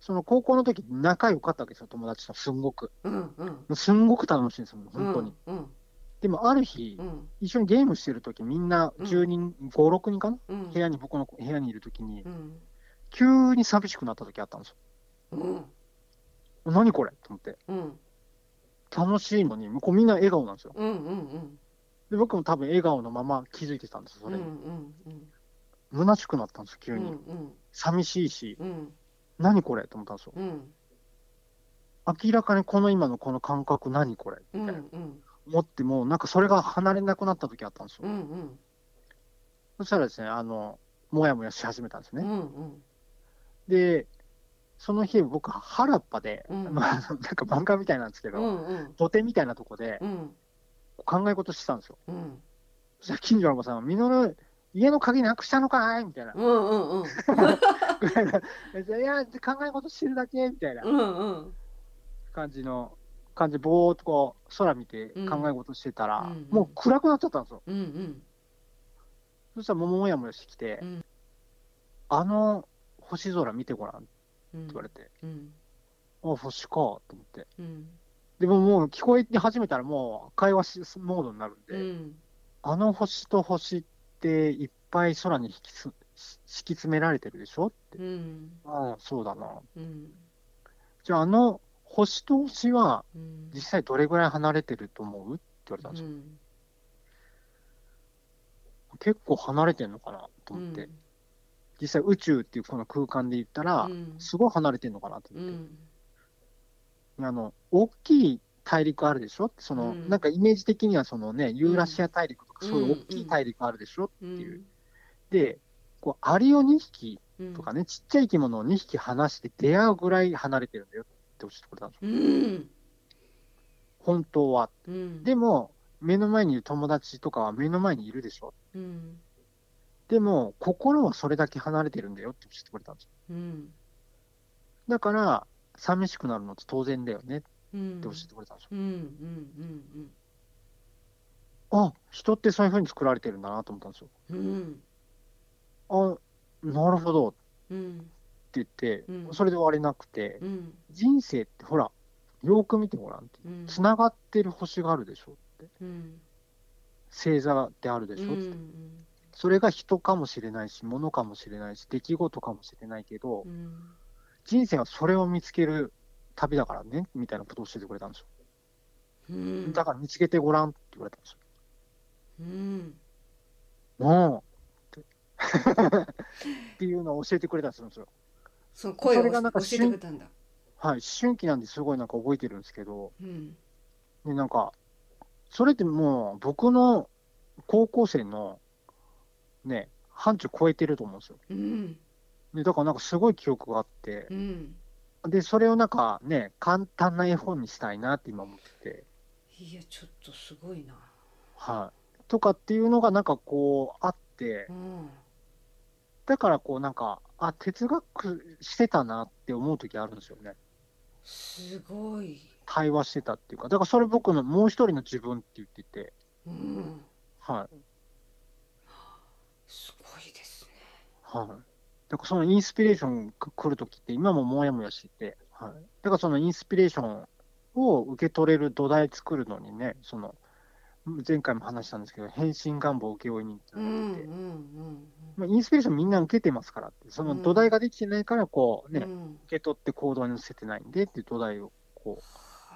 B: その高校の時仲良かったわけですよ、友達とすんごく。
A: うんうん
B: もうすんごく楽しいんですよ、本当に。
A: うん
B: でもある日
A: う、ん
B: 一緒にゲームしてる時みんな10人、5、6人かな
A: うん
B: 部屋に、僕の部屋にいる時に
A: う、ん
B: 急に寂しくなった時あったんです
A: うん
B: よ。何これと思って。
A: うん
B: 楽しいのに、向こうみんな笑顔なんですよ。
A: うんうん
B: で、僕も多分笑顔のまま気づいてたんですよ、
A: う
B: そ
A: んうんう
B: れに。
A: んうん
B: 虚しくなったんですよ、
A: う
B: 急に。
A: ん
B: 寂しいし、
A: うん
B: 何これと思ったんですよ。
A: うん
B: 明らかにこの今のこの感覚、何これ
A: う
B: み
A: ん
B: た
A: う
B: いなん
A: うん
B: 思って、もうなんかそれが離れなくなった時あったんですよ。
A: うん
B: そしたらですね、あの、もやもやし始めたんです
A: う
B: ね。
A: ん
B: で、その日、僕、原っぱで、
A: うん
B: まあ、なんか漫画みたいなんですけ
A: うんう
B: ど、
A: んうん
B: 土手みたいなとこで
A: うん
B: 考え事してたんですよ。
A: うん
B: そしたら近所のおばさんが、みのる、家の鍵なくしたのかいみたいな。
A: うんうんうん
B: ぐらいな。 いや、考え事してるだけみたいな
A: うんうん
B: 感じの、感じ、ぼーっとこう、空見て
A: うん
B: 考え事してたら
A: うんうん、
B: もう暗くなっちゃったんですよ。
A: うんうん
B: そしたら、もやもやしてきて
A: うん、
B: あの星空見てごらんって
A: うん
B: 言われて、
A: うん
B: あ、星か、と思って。
A: うん
B: でももう聞こえて始めたらもう会話しモードになるんで、
A: うん
B: あの星と星っていっぱい空に引きつし敷き詰められてるでしょって、
A: うん
B: ああ、そうだな。
A: うん
B: じゃああの星と星は
A: うん
B: 実際どれぐらい離れてると思うって言われたんですよ。
A: うん
B: 結構離れてんのかなと思って、実際宇宙っていうこの空間で言ったら、
A: うん
B: すごい離れてんのかなと
A: う
B: 思って、
A: ん
B: あの大きい大陸あるでしょってその、
A: うん
B: なんかイメージ的にはそのねユーラシア大陸とか、
A: うん
B: そういう大きい大陸あるでしょ
A: う
B: っていうんで、こうアリを2匹
A: うん
B: とかね、ちっちゃい生き物を2匹離して出会うぐらい離れてるんだよって教えてくれたんですよ。
A: うん
B: 本当は。
A: うん
B: でも、目の前にいる友達とかは目の前にいるでしょ。
A: うん
B: でも、心はそれだけ離れてるんだよって教えてくれたんですよ。
A: うん
B: だから、寂しくなるのって当然だよねって
A: うん
B: 教えてくれたんですよ。
A: うんうん
B: あ、人ってそういう風に作られてるんだなと思ったんですよ。
A: うんうん
B: あ、なるほどって
A: うん
B: 言って、
A: うん
B: それで終われなくて、
A: うん
B: 人生ってほら、よく見てごらんって。
A: うん
B: つながってる星があるでしょって。
A: うん
B: 星座であるでし
A: う
B: ょ、
A: ん
B: それが人かもしれないし、物かもしれないし、出来事かもしれないけど、
A: うん
B: 人生はそれを見つける旅だからね、みたいなことを教えてくれたんですよ。
A: うん
B: だから見つけてごらんって言われたんですよ。
A: うん
B: うんって。っていうのを教えてくれたりするんですよ。
A: その声
B: そ
A: を
B: れが
A: 教
B: なんか
A: えてくれたんだ
B: はい、思春期なんですごいなんか覚えてるんですけど、
A: うん
B: でなんか、それってもう僕の高校生のね、範疇超えてると思うんですよ。
A: うん
B: でだからなんかすごい記憶があって、
A: うん
B: で、それをなんかね、簡単な絵本にしたいなって今思ってて、
A: いやちょっとすごいな
B: はい。とかっていうのがなんかこうあって
A: う、ん
B: だからこうなんか、あ、哲学してたなって思う時あるんですよね。
A: すごい
B: 対話してたっていうか、だからそれ僕のもう一人の自分って言ってて、
A: うん
B: はい。
A: すごいですね
B: はい。だからそのインスピレーションく来る時って今ももやもやしてて、はい。だからそのインスピレーションを受け取れる土台作るのにね、その、前回も話したんですけど、変身願望請負人っていううのが
A: ん
B: あ
A: う
B: って、
A: ん
B: まあ、インスピレーションみんな受けてますからって、その土台ができてないから、こう
A: うんう
B: ね、受
A: ん
B: け取って行動に乗せてないんでっていう土台を、こ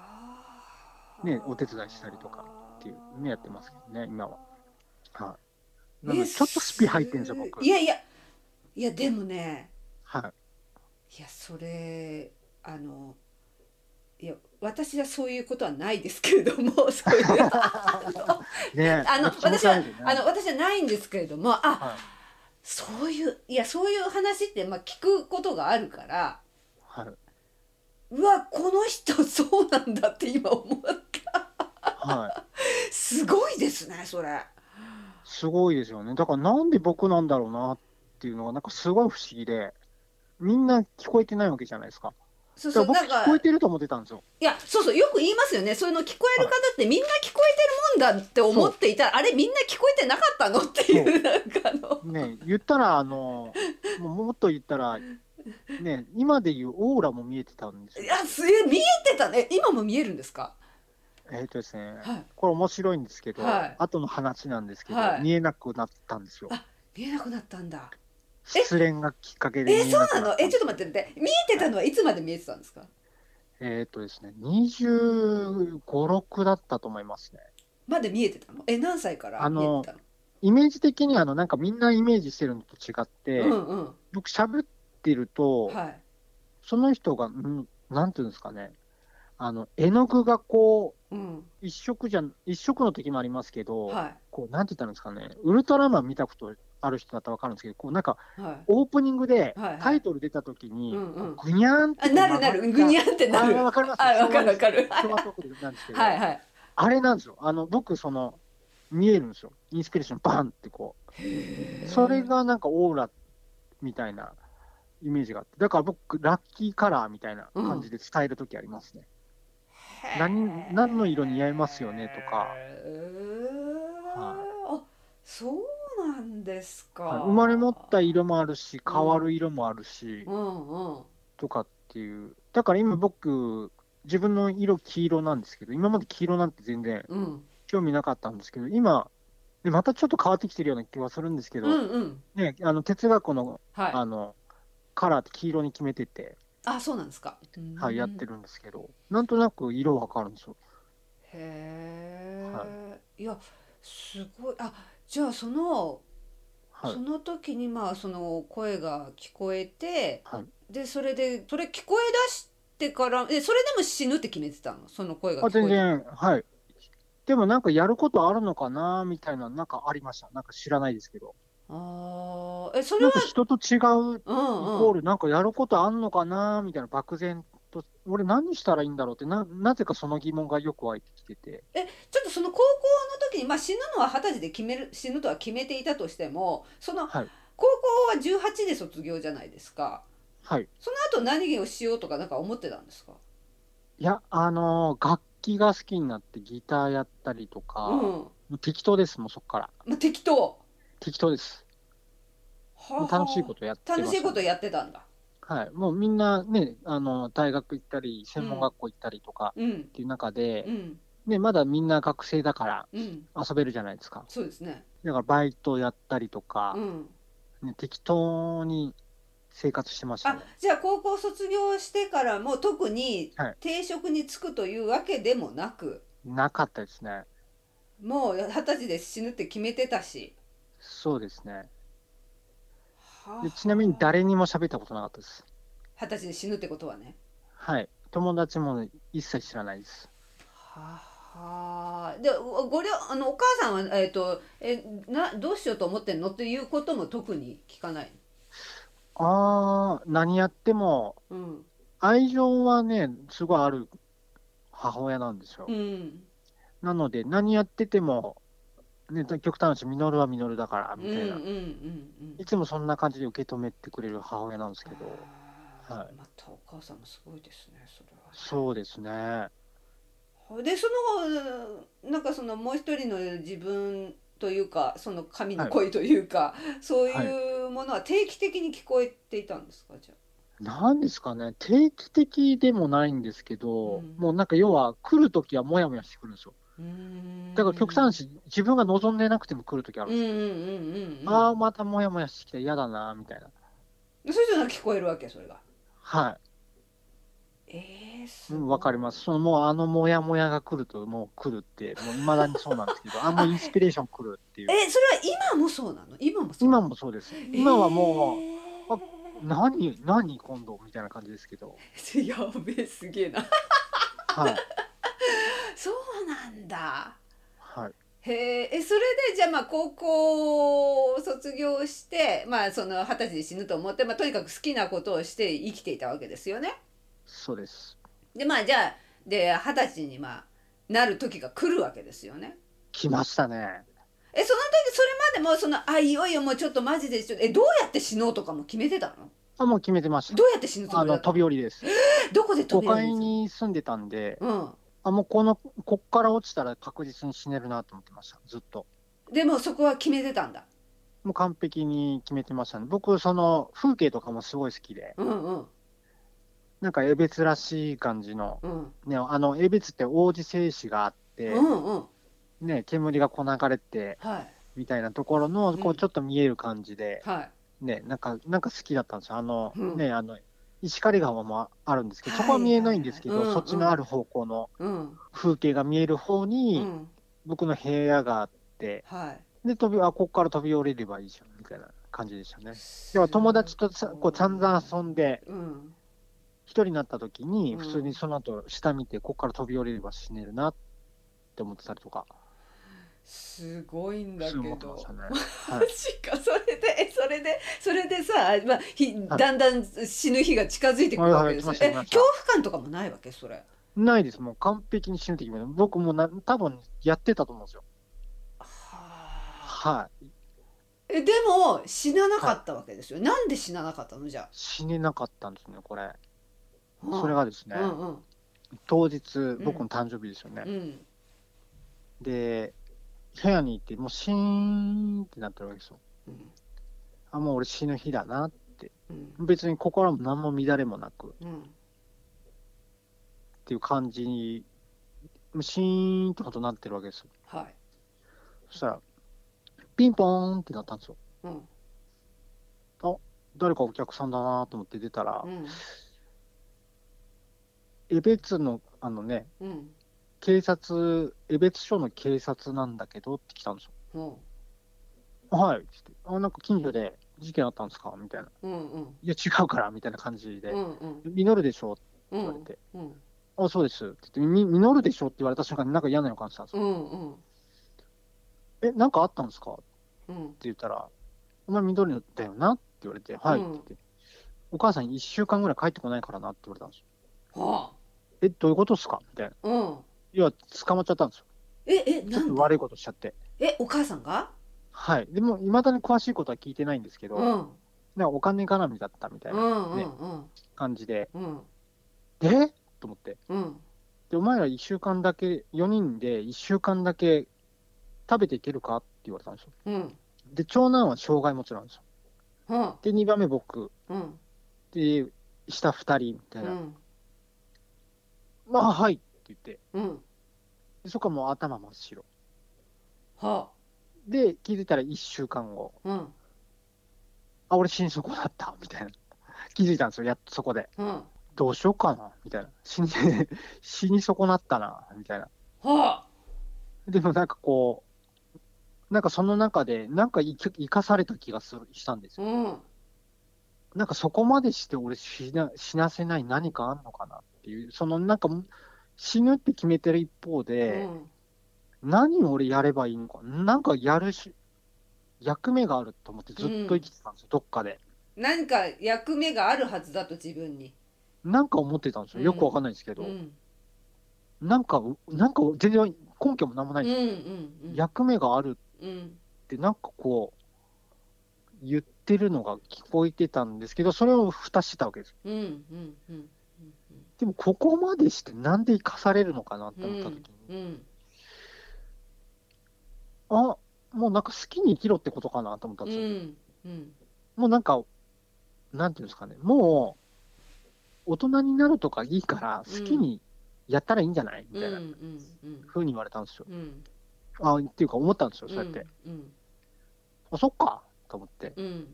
A: はあ
B: ねお手伝いしたりとかっていうねやってますけどね今はう、はい。なの
A: え
B: で、ちょっとスピ入ってるんですよ、僕。
A: いやいやいやでもね
B: はい。
A: いやそれあのいや私はそういうことはないですけれども そういうあ
B: ねえ
A: の
B: めっち
A: 私
B: ゃ面白
A: はい
B: ですね
A: あの私はないんですけれどもあ
B: はい
A: そういういやそういう話ってまあ聞くことがあるから
B: はいう
A: わこの人そうなんだって今思った
B: はい
A: すごいですねそれ。
B: すごいですよねだからなんで僕なんだろうなっていうのがなんかすごい不思議でみんな聞こえてないわけじゃないですか
A: そう
B: だか
A: そ
B: ら
A: う
B: 僕
A: なんか
B: 聞こえてると思ってたんですよ
A: いやそうそうよく言いますよねその聞こえる方ってみんな聞こえてるもんだって思っていたらあれみんな聞こえてなかったのっていうなんかあの
B: ね言ったらあのもうもっと言ったらね今で言うオーラも見えてたんです
A: い
B: よ
A: やすげえ見えてたね今も見えるんですか
B: えっ、とですね
A: はい
B: これ面白いんですけど、
A: はい
B: 後の話なんですけど、
A: はい
B: 見えなくなったんですよ
A: あ見えなくなったんだえ
B: 失恋がきっかけで
A: え
B: 見え
A: そう
B: なく
A: な
B: なっ
A: の
B: た
A: えちょっと待って待って見えてたのはいつまで見えてたんですか
B: えっ、とですね25、6だったと思いますね
A: まで見えてたのえ何歳から
B: あ
A: 見
B: の
A: えてたの
B: イメージ的にはあのなんかみんなイメージしてるのと違って、
A: うんうん
B: 僕喋ってると、
A: はい
B: その人が、うん、なんていうんですかねあの絵の具がこう
A: うん
B: 一色じゃ一色の時もありますけど、
A: は
B: こうなんて言ったらいいんですかねウルトラマン見たことある人だったらわかるんですけどこうなんか
A: いはい
B: オープニングで
A: はいはい
B: タイトル出た時に、
A: うんうん
B: グニャーンって
A: あなるなるぐにゃんってな
B: あ
A: る
B: わかります
A: あわかるわかる
B: 昭和トークなんですけど、
A: はいはい
B: あれなんですよあの僕その見えるんですよインスピレーションバンってこうそれがなんかオーラみたいなイメージがあってだから僕ラッキーカラーみたいな感じで伝える時ありますね、何何の色似合いますよねとか
A: へーあそうなんですか、
B: はい生まれ持った
A: うん
B: 色もあるし変わる色もあるし、
A: うん
B: とかっていうだから今僕自分の色黄色なんですけど今まで黄色なんて全然
A: うん
B: 興味なかったんですけど今でまたちょっと変わってきてるような気はするんですけど、
A: うんうん
B: ね、あの哲学の
A: はい
B: あ
A: あ
B: のカラーって黄色に決めてて、
A: そうなんですか
B: はい、やってるんですけど、なんとなく色わかるんですよ。
A: へえ、、
B: はい
A: やすごいあじゃあその、
B: はい
A: そ、の時にまあその声が聞こえて、
B: はい
A: でそれでそれ聞こえだしてからえそれでも死ぬって決めてたのその声が聞こ
B: あ
A: えて
B: 全然、はい。でもなんかやることあるのかなみたいな、なんかありました。なんか知らないですけど。
A: あーえそれ
B: なん
A: は
B: か人と違うイ
A: うんうん
B: コール、なんかやることあんのかなみたいな漠然と、俺何したらいいんだろうってな、なぜかその疑問がよく湧いてきてて。
A: ちょっとその高校の時に、まあ、死ぬのは二十歳で決める死ぬとは決めていたとしてもその
B: はい
A: 高校は18で卒業じゃないですか
B: はい。
A: その後何をしようとかなんか思ってたんですか
B: いや、あのー楽器が好きになってギターやったりとか、
A: うん
B: もう適当です、もうそっから。
A: まあ、適当
B: 適当です。
A: はあ
B: 楽しいことやってました、
A: 楽しいことやってたんだ
B: はい、もうみんなね、あの大学行ったり、専門学校行ったりとか
A: うん
B: っていう中で、
A: うん
B: ね、まだみんな学生だから
A: うん
B: 遊べるじゃないですか。
A: そうですね
B: だからバイトやったりとか
A: う、ん
B: ね適当に生活してました
A: あ
B: ね。
A: じゃあ高校卒業してからも特に
B: はい
A: 定職に就くというわけでもなく、
B: なかったですね。
A: もう二十歳で死ぬって決めてたし
B: そうですね。
A: はあ
B: でちなみに誰にも喋ったことなかったです。
A: 二十歳で死ぬってことはね
B: はい。友達も一切知らないです。
A: はあはあでおごりょあのお母さんは、えー、とえなどうしようと思ってんのっていうことも特に聞かない、
B: ああ、何やっても、
A: うん
B: 愛情はね、すごいある母親なんですよ。
A: うん
B: なので、何やってても、ね、極端な話、ミノルはミノルだから、
A: うん
B: み
A: うんう
B: た
A: ん
B: いな、
A: うん
B: いつもそんな感じで受け止めてくれる母親なんですけど、
A: あー
B: はい
A: またお母さんもすごいですねそれ
B: そうですね、
A: はでそのなんかそのもう一人の自分というかその神の声というか、そういうものは定期的に聞こえていたんですかじゃ
B: なんですかね、定期的でもないんですけど、
A: うん
B: もうなんか要は、来るときはもやもやしてくるんですよ。
A: あうん
B: だから極端な話、自分が望んでなくても来るときある
A: うんん
B: で
A: う
B: す
A: んう
B: よ。
A: んうんうん
B: ああ、またもやもやしてきた、嫌だな、みたいな。
A: それじゃ聞こえるわけそれが
B: は
A: えーす
B: い、う
A: ごい
B: んわかります。そのもうあのもやもやが来ると、もう来るって、もう未だにそうなんですけ ど、あ、もうインスピレーション来るっていう。
A: えそれは今もそうなの今もそう
B: 今もそうです。今はもう、
A: う、
B: 何何今度みたいな感じですけど、
A: えーやべえすげえな
B: はい、
A: そうなんだ
B: はい、
A: へへええそれでじゃあまあ高校を卒業してまあその二十歳で死ぬと思って、まあ、とにかく好きなことをして生きていたわけですよね。
B: そうです。
A: でまあじゃあで二十歳にまあなる時が来るわけですよね。
B: 来ましたね。
A: えその時それまでもそのあいよいよもうちょっとマジでちょっとえどうやって死のうとかも決めてたの
B: あ、もう決めてまし
A: どうやって死ぬつ
B: た。
A: も
B: あ
A: りだ
B: の、
A: った
B: 飛び降りです。
A: どこで飛
B: 5
A: び降り
B: 階
A: るの
B: に住んでたんで、
A: うん
B: あ、もうこの、こっから落ちたら確実に死ねるなと思ってました。ずっと。
A: でもそこは決めてたんだ。
B: もう完璧に決めてましたね。僕、その、風景とかもすごい好きで、
A: うんうん
B: なんか、江別らしい感じの、
A: うん
B: ね、あの、江別って王子製紙があって、
A: うんうん
B: ね、煙がこう流れて、
A: はい
B: みたいなところの、こ
A: うん
B: う、ちょっと見える感じで、
A: はい
B: ね、なんか、なんか好きだったんですよ。あの、
A: うん
B: ね、あの、石狩川もあるんですけど、
A: はい
B: そこは見えないんですけ
A: うんうん
B: ど、そっちのある方向の
A: うん
B: 風景が見える方
A: う
B: に、
A: ん
B: 僕の部屋があって、
A: はい。
B: で、飛び、あ、ここから飛び降りればいいじゃん、みたいな感じでしたね。
A: で
B: では友達とさこう散々遊んで、
A: うん
B: 一人になった時に、
A: うん
B: 普通にその後下見て、ここから飛び降りれば死ねるなって思ってたりとか、
A: すごいんだ
B: 普
A: け
B: 通に思ってま
A: ど
B: したね。
A: マ
B: はい
A: ジかそれでえそれでそれでさ、まあ、ひ
B: はい
A: だんだん死ぬ日が近づいてくるわけですよ、
B: はいはい来ました
A: え
B: 来ました
A: 恐怖感とかもないわけそれ
B: ないです、もう完璧に死ぬって決めた。僕もうな多分やってたと思うんですよ。はい。
A: えでも死ななかったわけですよ、なんで死ななかったのじゃ
B: 死ねなかったんですね、これ。
A: あ、うん、
B: それがですね、
A: うんうん
B: 当日、僕の誕生日ですよね。
A: うん
B: で、部屋に行って、もうシーンってなってるわけですよ。
A: うん
B: あ、もう俺死ぬ日だな。
A: うん
B: 別に心も何も乱れもなくっ
A: うん
B: ていう感じに、もうシーンってことになってるわけですよ。
A: はい
B: そしたら、ピンポーンってなったんですよ。
A: うん
B: 誰かお客さんだなと思って出たら
A: う、ん
B: 江別の、あのね、
A: うん
B: 警察、江別署の警察なんだけどって来たんですよ。
A: うん
B: はい。って言ってあ、なんか近所で事件あったんですかみたいな。
A: うんうん
B: いや、違うからみたいな感じで
A: う。んうん
B: 実るでしょって
A: うん
B: 言われて。
A: うん
B: あ、そうです。って言って、み実るでしょって言われた瞬間になんか嫌な予感したんです
A: う
B: よ。
A: んうん
B: え、なんかあったんですかって
A: うん
B: 言ったら、お前実るだよなって言われて、はい。っ
A: うん
B: て言って、お母さん1週間ぐらい帰ってこないからなって言われたんですよ。
A: は
B: え、どういうことですかみたいな。
A: あうん
B: いや、捕まっちゃったんですよ。
A: ええ
B: ちょ
A: な
B: っと
A: んで
B: 悪いことしちゃって。
A: えお母さんが
B: はい。でも、いまだに詳しいことは聞いてないんですけど、
A: うんうん
B: なんかお金絡みだったみたいうなん
A: う
B: ね
A: ん
B: 感じで、
A: うん
B: えと思って。
A: うん
B: で、お前ら1週間だけ、4人で1週間だけ食べていけるかって言われたんですよ。
A: うん
B: で、長男は障害持ちなんですよ。
A: うん
B: で、2番目僕、
A: うん
B: で、下2人みた
A: う
B: いな。
A: ん
B: まあ、はいって言って、
A: うん
B: でそこはもう頭真っ白。
A: は
B: で、聞いてたら1週間後、
A: あうん
B: あ、俺死に損だった、みたいな。気づいたんですよ、やっとそこで。
A: うんは
B: どうしようかな、みたいな。死に、 死に損なったな、みたいな。
A: あ
B: でもなんかこう、なんかその中で、なんか生き生かされた気がするしたんですよ。
A: うん
B: なんかそこまでして俺死な死なせない何かあんのかなっていう、そのなんか死ぬって決めてる一方
A: う
B: で、
A: ん
B: 何を俺やればいいのか、なんかやるし、役目があると思ってずっと生きてたんですよ、どっかで。
A: 何か役目があるはずだと自分に
B: なんか思ってたんですよ、よくわかんないですけ
A: う
B: ど、
A: ん
B: なんか、なんか全然根拠もなんもな
A: う
B: い
A: ん
B: ん
A: う
B: で
A: ん
B: す
A: う
B: よ
A: ん
B: 役目がある
A: うん
B: ってなんかこう言ってるのが聞こえてたんですけどそれを蓋してたわけです
A: うんうんうん
B: でもここまでしてなんで生かされるのかなって思った時に、
A: うん
B: あもうなんか好きに生きろってことかなと思ったん
A: う
B: ですよ、
A: んうん
B: もうなんかなんていうんですかねもう大人になるとかいいから好きにやったらいいんじゃないみたいな風に言われたんですよ、
A: うん
B: あっていうか思ったんですよそうやって、
A: うん
B: あそっかと思ってで
A: うん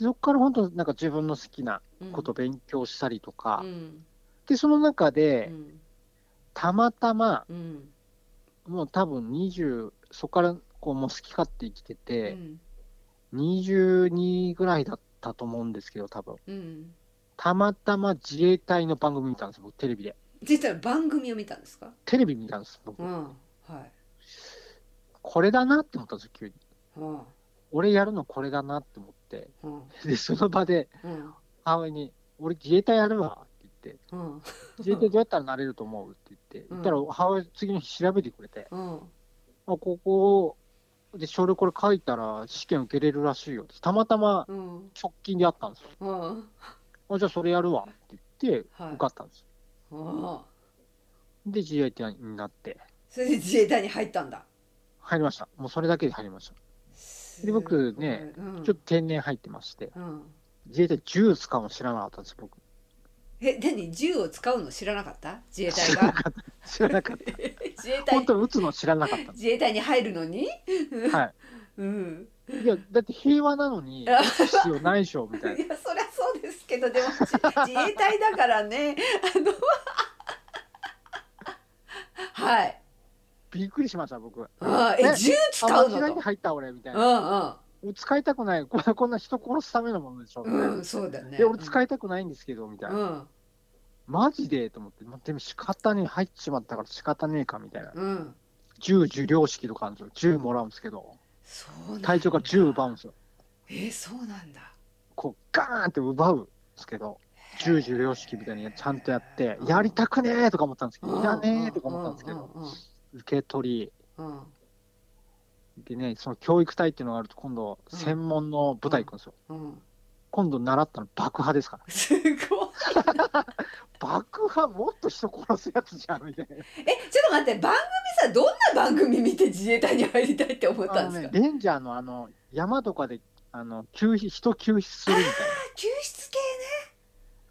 B: そっから本当なんか自分の好きな
A: うん
B: こと勉強したりとか、
A: うん
B: でその中
A: う
B: で、
A: ん
B: たまたま、
A: うん
B: もう多分20、そこからこうもう好き勝手生きて
A: う
B: て、
A: ん
B: 22ぐらいだったと思うんですけど、多分
A: うん
B: たまたま自衛隊の番組見たんです、僕、テレビで。
A: 実は番組を見たんですか
B: テレビ見たんです、僕。
A: うんはい
B: これだなって思ったんですよ、急に。
A: うん
B: 俺やるのこれだなって思って、
A: うん
B: で、その場で
A: うん
B: 母親に、俺自衛隊やるわって言って、
A: うん
B: 自衛隊どうやったらなれると思うって言って、
A: う
B: 言
A: ん
B: ったら母親次の日調べてくれて、
A: うん
B: あここで書類これ書いたら試験受けれるらしいよって、たまたま
A: うん
B: 直近であったんですよ。
A: うん
B: あじゃあそれやるわって言って、
A: はい
B: 受かったんですよ。
A: うん
B: で、自衛隊になって、
A: それで自衛隊に入ったんだ
B: 入りました。もうそれだけで入りました。で僕ね
A: すごいうん
B: ちょっと天然入ってまして、
A: うん
B: 自衛隊ジュースかも知らなかったんです、僕。
A: え何銃を使うの知らなかった自衛隊が
B: 知らなかった。
A: 自衛
B: 本
A: 隊
B: 当に打つの知らなかったんで
A: 自衛隊に入るのに
B: す。はい。
A: うん
B: いや、だって平和なの に、必要ないでしょ、み
A: い
B: た
A: や
B: いな。
A: そりゃそうですけどでもじ自衛隊だからねあのはい
B: びっくりしました、僕。
A: あえ
B: ね
A: 銃使
B: あ
A: うの
B: 間違えて
A: と
B: 入った、俺、みたいうな。
A: ん
B: 俺使いたくない。こ んなこんな人殺すためのものでしょ、みたい
A: うんう
B: な。
A: んそうだね
B: で、俺使いたくないんですけど、みたいな。
A: うん
B: マジでと思って、までも仕方ねえ、入っちまったから仕方ねえか、みたいな。
A: うん
B: 銃受領式とかあるんですよ。銃もらうんですけど、
A: そうなん
B: 隊長が銃奪うんですよ。
A: えそうなんだ
B: こう、ガーンって奪うんですけど、銃受領式みたいにちゃんとやって、やりたくねえとか思ったんですけど、いらねえとか思ったんですけど、受け取り、
A: うんうん
B: でね、その教育隊っていうのがあると、今度、
A: うん
B: 専門の部隊行くんですよ。
A: うんうん
B: 今度、習ったの爆破ですから。
A: すごい
B: 爆破、もっと人殺すやつじゃん、みたいな。
A: えちょっと待って番組さどんな番組見て自衛隊に入りたいって思った
B: あ
A: ん
B: の
A: です
B: ね
A: か、
B: レンジャーのあの、山とかで、あの、救出、人救出するみたいな。
A: 救出系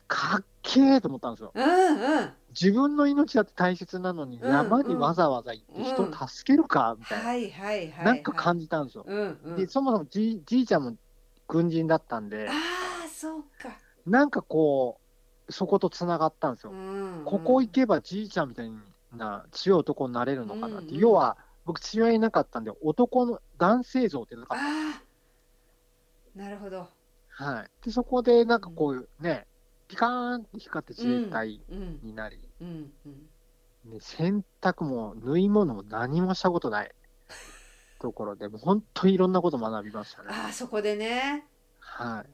B: かっけえと思ったんですよ。
A: うんうん
B: 自分の命だって大切なのに、
A: うん
B: 山にわざわざ行って人を助けるか、みたいな。
A: はいはいはい、はい、
B: なんか感じたんですよ。
A: うんうん
B: で、そもそもじいじいちゃんも軍人だったんで、
A: ああそうか、
B: なんかこう、そことつながったんですよ
A: う。んうん、
B: ここ行けばじいちゃんみたいな強い男になれるのかなって、
A: うんうん
B: 要は僕、父親いなかったんで、男の男性像っていうのが、
A: ああなるほど
B: はい、でそこでなんかこうね、ピカーンって光って自衛隊
A: うん
B: になり、
A: うんうん
B: ね、洗濯も縫い物も何もしたことないところで、もう本当にいろんなこと学びましたね。
A: ああそこでね
B: は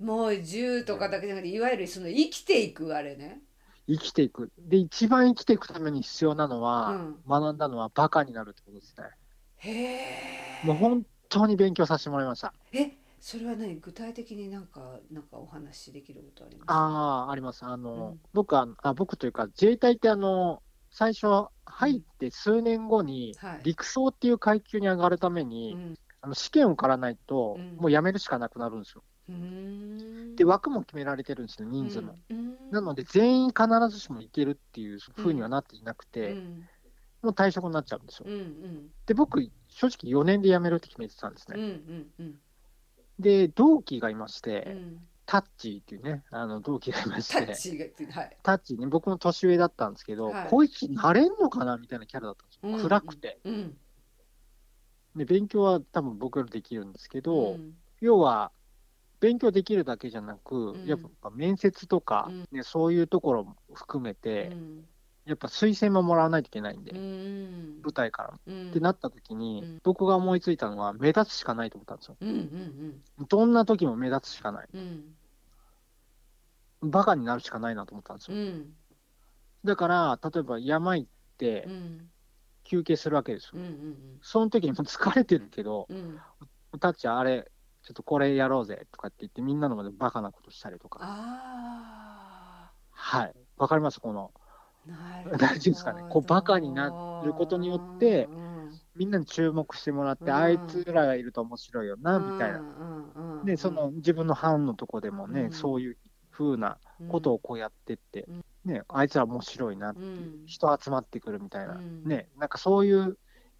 A: もう銃とかだけじゃなくていわゆるその生きていくあれね
B: い、生きていく。で、一番生きていくために必要なの
A: う
B: は、
A: ん
B: 学んだのはバカになるってことですね。
A: へえ
B: もう本当に勉強させてもらいました。
A: えそれは何具体的になんかなんかお話しできることありますか
B: ああ、あります。あの、
A: うん
B: 僕はあ、僕というか、自衛隊ってあの、最初入って数年後に、
A: はい
B: 陸曹っていう階級に上がるために、
A: うん
B: あの試験を受からないと、
A: うん
B: もう辞めるしかなくなるんですよ。
A: うーん
B: で、枠も決められてるんですね、人数も。
A: うん
B: なので、全員必ずしもいけるっていうふうにはなっていなく
A: う
B: て、
A: ん
B: もう退職になっちゃうんですよ
A: う。んうん
B: で、僕、正直4年で辞めるって決めてたんです
A: うんう
B: ね。
A: んうん
B: で、同期がいまし
A: う
B: て、
A: ん
B: タッチーっていうね、あの同期がいまし
A: タ
B: て
A: ッ、チがはい
B: タッチね、僕も年上だったんですけど、
A: はい
B: こいつなれんのかなみたいなキャラだったんですよ。
A: うん
B: 暗くて。
A: うん
B: で、勉強は多分僕よりできるんですけど、
A: ん
B: 要は、勉強できるだけじゃなく、
A: うん
B: やっぱ面接とか、
A: うん
B: ね、そういうところも含め
A: う
B: て、
A: ん
B: やっぱ推薦ももらわないといけないんで、
A: うん
B: 舞台からも。
A: うん
B: ってなった時に、
A: うん
B: 僕が思いついたのは、目立つしかないと思ったんですよ。
A: うんうん
B: どんな時も目立つしかない。
A: うんうん
B: バカになるしかないなと思ったんです
A: う
B: よ。
A: ん
B: だから、例えば山行って
A: うん
B: 休憩するわけですよ。
A: うんうん
B: その時にもう 疲れてるけど、
A: うん
B: タッチあれ、ちょっとこれやろうぜとかって言って、みんなの前でバカなことしたりとか、
A: あ
B: はい、わかります、この、
A: ーなるほど
B: 大丈夫ですかねこうバカになることによって
A: うん
B: みんなに注目してもらって、
A: うん
B: あいつらがいると面白いよな、みたいうな。
A: んうんうん
B: で、その自分の班のとこでもね、
A: うん
B: そういう風なことをこうやってって、ね、あいつら面白いな、
A: うん
B: 人集まってくるみたいな、
A: うん
B: ね、なんかそういう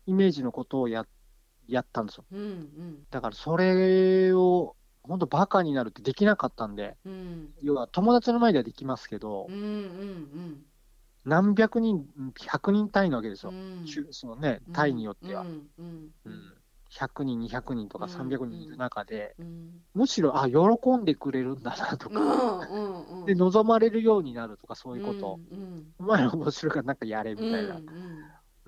B: イメージのことをややったんですよ。
A: うんうん
B: だからそれを、本当バカになるってできなかったんで、
A: うん
B: 要は友達の前ではできますけど、
A: うんうん
B: 何百人、100人単位なわけです
A: う
B: よ、
A: ん
B: 中そのね、単位によっては、
A: うんうんう
B: う
A: んん
B: 100人、200人とか
A: うん
B: 300人いる中で、
A: うん
B: むしろ、あ喜んでくれるんだなと
A: う
B: か、
A: んうんうん
B: で望まれるようになるとか、そういうこと、
A: うん
B: お前ら面白いからなんかやれみたいな
A: うんう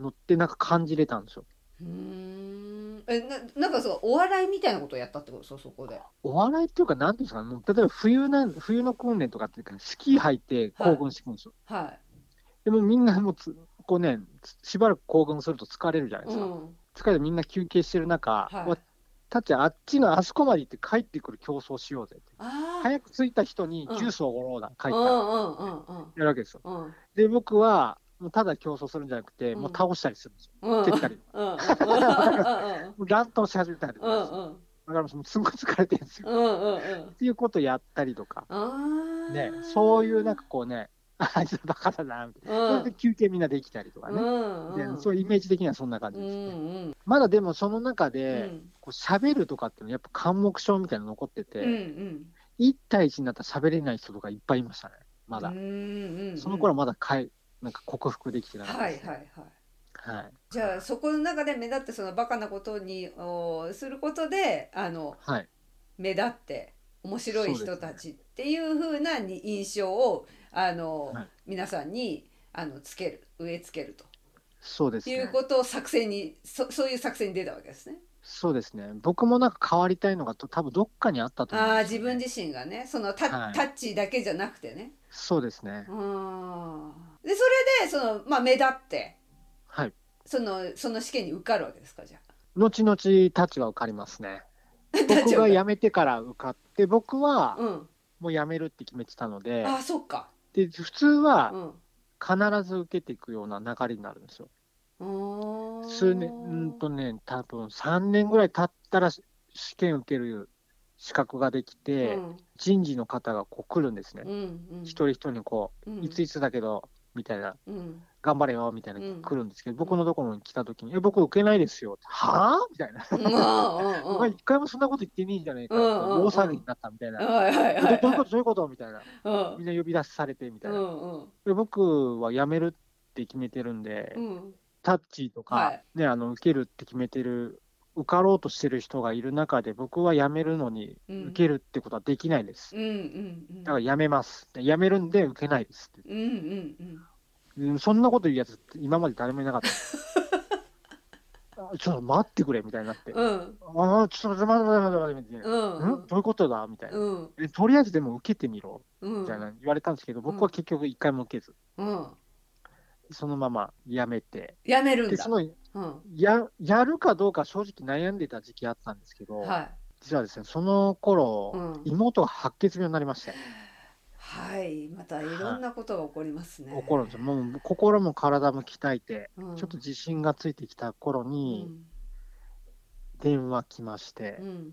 A: ん
B: のって、なんか感じれたんですよ。
A: ううーんえななんかそうお笑いみたいなことをやったってことそうそこで
B: お笑いっていうか、なんていうんですか、もう例えば冬なん冬の訓練とかっていうか、スキー履いて興奮してくるんですよ。
A: は
B: でもみんなもうつ、こうね、つしばらく興奮すると疲れるじゃない
A: い、
B: で
A: う
B: すか。
A: ん
B: 疲れてみんな休憩してる中、
A: は
B: わ
A: い、
B: たっちゃんあっちのあそこまで行って帰ってくる競争しようぜって。
A: ああ
B: 早く着いた人に
A: うん
B: ジュースをおごろうな、書
A: う
B: い
A: んう
B: たらや
A: んうんうん
B: るわけですよ。
A: うん
B: で、僕は、もうただ競争するんじゃなくて、
A: うん
B: もう倒したりするんですよ。
A: うんうんうんうん
B: 蹴ったり。
A: うん
B: もう乱闘し始めたりとかですよ。
A: うん
B: だからもうすごい疲れてるんですよ。
A: うんうん
B: っていうことやったりとか、
A: ああ
B: ね、そういうなんかこうね、あいつバカだな、みたい
A: うん
B: な。それで休憩みんなできたりとか
A: う
B: ね。
A: んうん
B: でそういうイメージ的にはそんな感じ
A: う
B: ですね。
A: ん
B: まだでもその中
A: うんう
B: で、
A: ん
B: こう喋るとかっていうのはやっぱ感目症みたいなの残ってて、
A: うんうん
B: 1対1になったら喋れない人とかいっぱいいましたね、まだ。
A: うんうんうん
B: その頃はまだかいなんか克服できてなかった
A: はい
B: で
A: はい
B: す、
A: はい
B: はいはい。
A: じゃあそこの中で目立ってそのバカなことにおすることであの
B: はい。
A: 目立って面白い人たちっていう風なに印象をあの、
B: はい
A: 皆さんにあのつける植え付けると
B: そうです
A: いう
B: ね。
A: ことを作戦にそそういう作戦に出たわけですね。
B: そうですね。僕もなんか変わりたいのがと多分どっかにあったと思うん
A: ああ
B: です
A: 自
B: よね
A: 分自身がねそのタ,、
B: はい
A: タッチだけじゃなくてね。
B: そうですね。
A: うんでそれでその、まあ、目立って
B: はい。
A: そのその試験に受かるわけですかじゃあ。
B: 後々たちは受かりま すね。
A: タッチ
B: 僕
A: を
B: が辞めてから受かって、僕は
A: うん、
B: もう辞めるって決めてたので、
A: ああそっか。
B: で普通
A: う
B: は
A: ん
B: 必ず受けていくような流れになるんですよ。
A: うーん
B: 数年、うんとね、多分3年ぐらい経ったらし試験受ける資格ができ
A: う
B: て、
A: ん
B: 人事の方がこう来るんですね。
A: うんうん
B: 一人一人にこ
A: う
B: う、
A: ん
B: いついつだけど、みたいな、
A: うん
B: 頑張れよ、みたいな
A: うん
B: 来るんですけど、僕のところに来た時に、え、僕受けないですよ。はぁみたいな。
A: うんうんうん
B: お前一回もそんなこと言ってねえんじゃねえかって。
A: うんうんうん
B: 大騒ぎになったみたいな。
A: はいはいは
B: えどういうこ
A: い
B: とどういうことみたいな。
A: は
B: み
A: い。
B: んな呼び出しされて、みた
A: う
B: いな。
A: んうん
B: で僕は辞めるって決めてるんで、
A: うん
B: タッチとか、
A: はい
B: ね、あの受けるって決めてる、受かろうとしてる人がいる中で、僕は辞めるのに、
A: うん
B: 受けるってことはできないです。
A: うんうんうん
B: だから辞めます。で辞めるんで受けないですって。
A: うんうんうん
B: うんそんなこと言うやつって今まで誰もいな かった。あちょっと待ってくれみたいになって。あ
A: うん
B: あ、ちょっと待って待って待って待って。
A: うんうん
B: んどういうことだみたいな。
A: うん
B: えとりあえずでも受けてみろ
A: うん
B: みたいな言われたんですけど、僕は結局一回も受けず、
A: うん
B: そのままやめて、
A: やめるん
B: で
A: だ
B: その
A: うん
B: ややるかどうか正直悩んでた時期あったんですけど、
A: はい
B: 実はですね、その頃、
A: うん
B: 妹が白血病になりまして、
A: はいまたいろんなことが起こりますね
B: 起こるんですよ、もう心も体も鍛えて、
A: うん
B: ちょっと自信がついてきた頃
A: う
B: に
A: ん
B: 電話来まして、
A: うん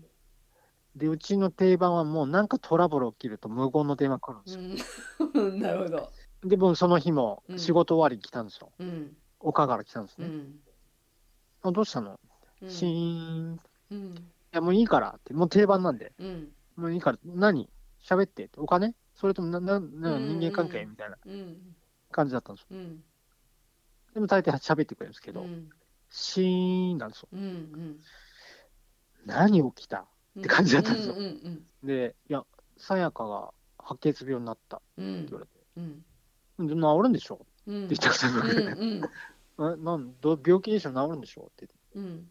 B: で、うちの定番はもうなんかトラブル起きると無言の電話来るんですよ。
A: うんなるほど
B: で、もうその日も
A: うん
B: 仕事終わりに来たんですよ。
A: うん
B: 岡から来たんです
A: う
B: ね。
A: ん
B: あどうしたの、
A: うん
B: シーン。い
A: うん
B: や、もういいからって、もう定番なんで、
A: うん
B: もういいから、何喋ってって、お金それともな、な、
A: う
B: な、
A: んうんう
B: 人
A: ん
B: 間関係みたいな
A: うん
B: 感じだったんですよ。
A: うん
B: でも大抵喋ってくれるんですけ
A: う
B: ど、
A: ん
B: シーンなんですよ。
A: うんうん
B: 何起きた
A: って
B: 感じだったんですよ
A: うんうん
B: で、いや、さやかが白血病になったっ
A: う
B: て言わ
A: ん
B: れて、
A: うん
B: で治るんでしょ
A: うん
B: って言ったんですよ
A: うんうん
B: えなんど病気でしょ治るんでしょって
A: うん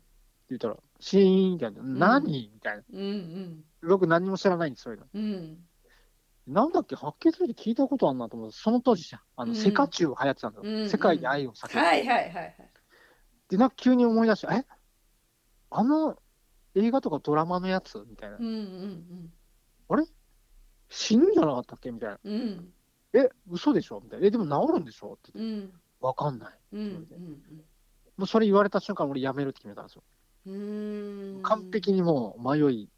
B: 言ったら、シーンってなって、何みたいな。
A: うんうん
B: 僕何も知らないんです、そういうの。
A: うん
B: なんだっけ、白血病って聞いたことあるなと思って、その当時じゃん、あの、
A: うん
B: セカチュウ流行ってたんだよ。
A: うん
B: 世界に愛を叫ぶ。
A: はいはいはいはい
B: で、なんか急に思い出して、えあの映画とかドラマのやつみたいな
A: う。んうん
B: 死ぬんじゃなかったっけみたいな。
A: うんうん
B: え、嘘でしょみたいな。え、でも治るんでしょって
A: う
B: 言って、
A: ん
B: わかんない。
A: うんうん
B: もうそれ言われた瞬間、俺辞めるって決めたんですよ。
A: うんうん
B: 完璧にもう迷い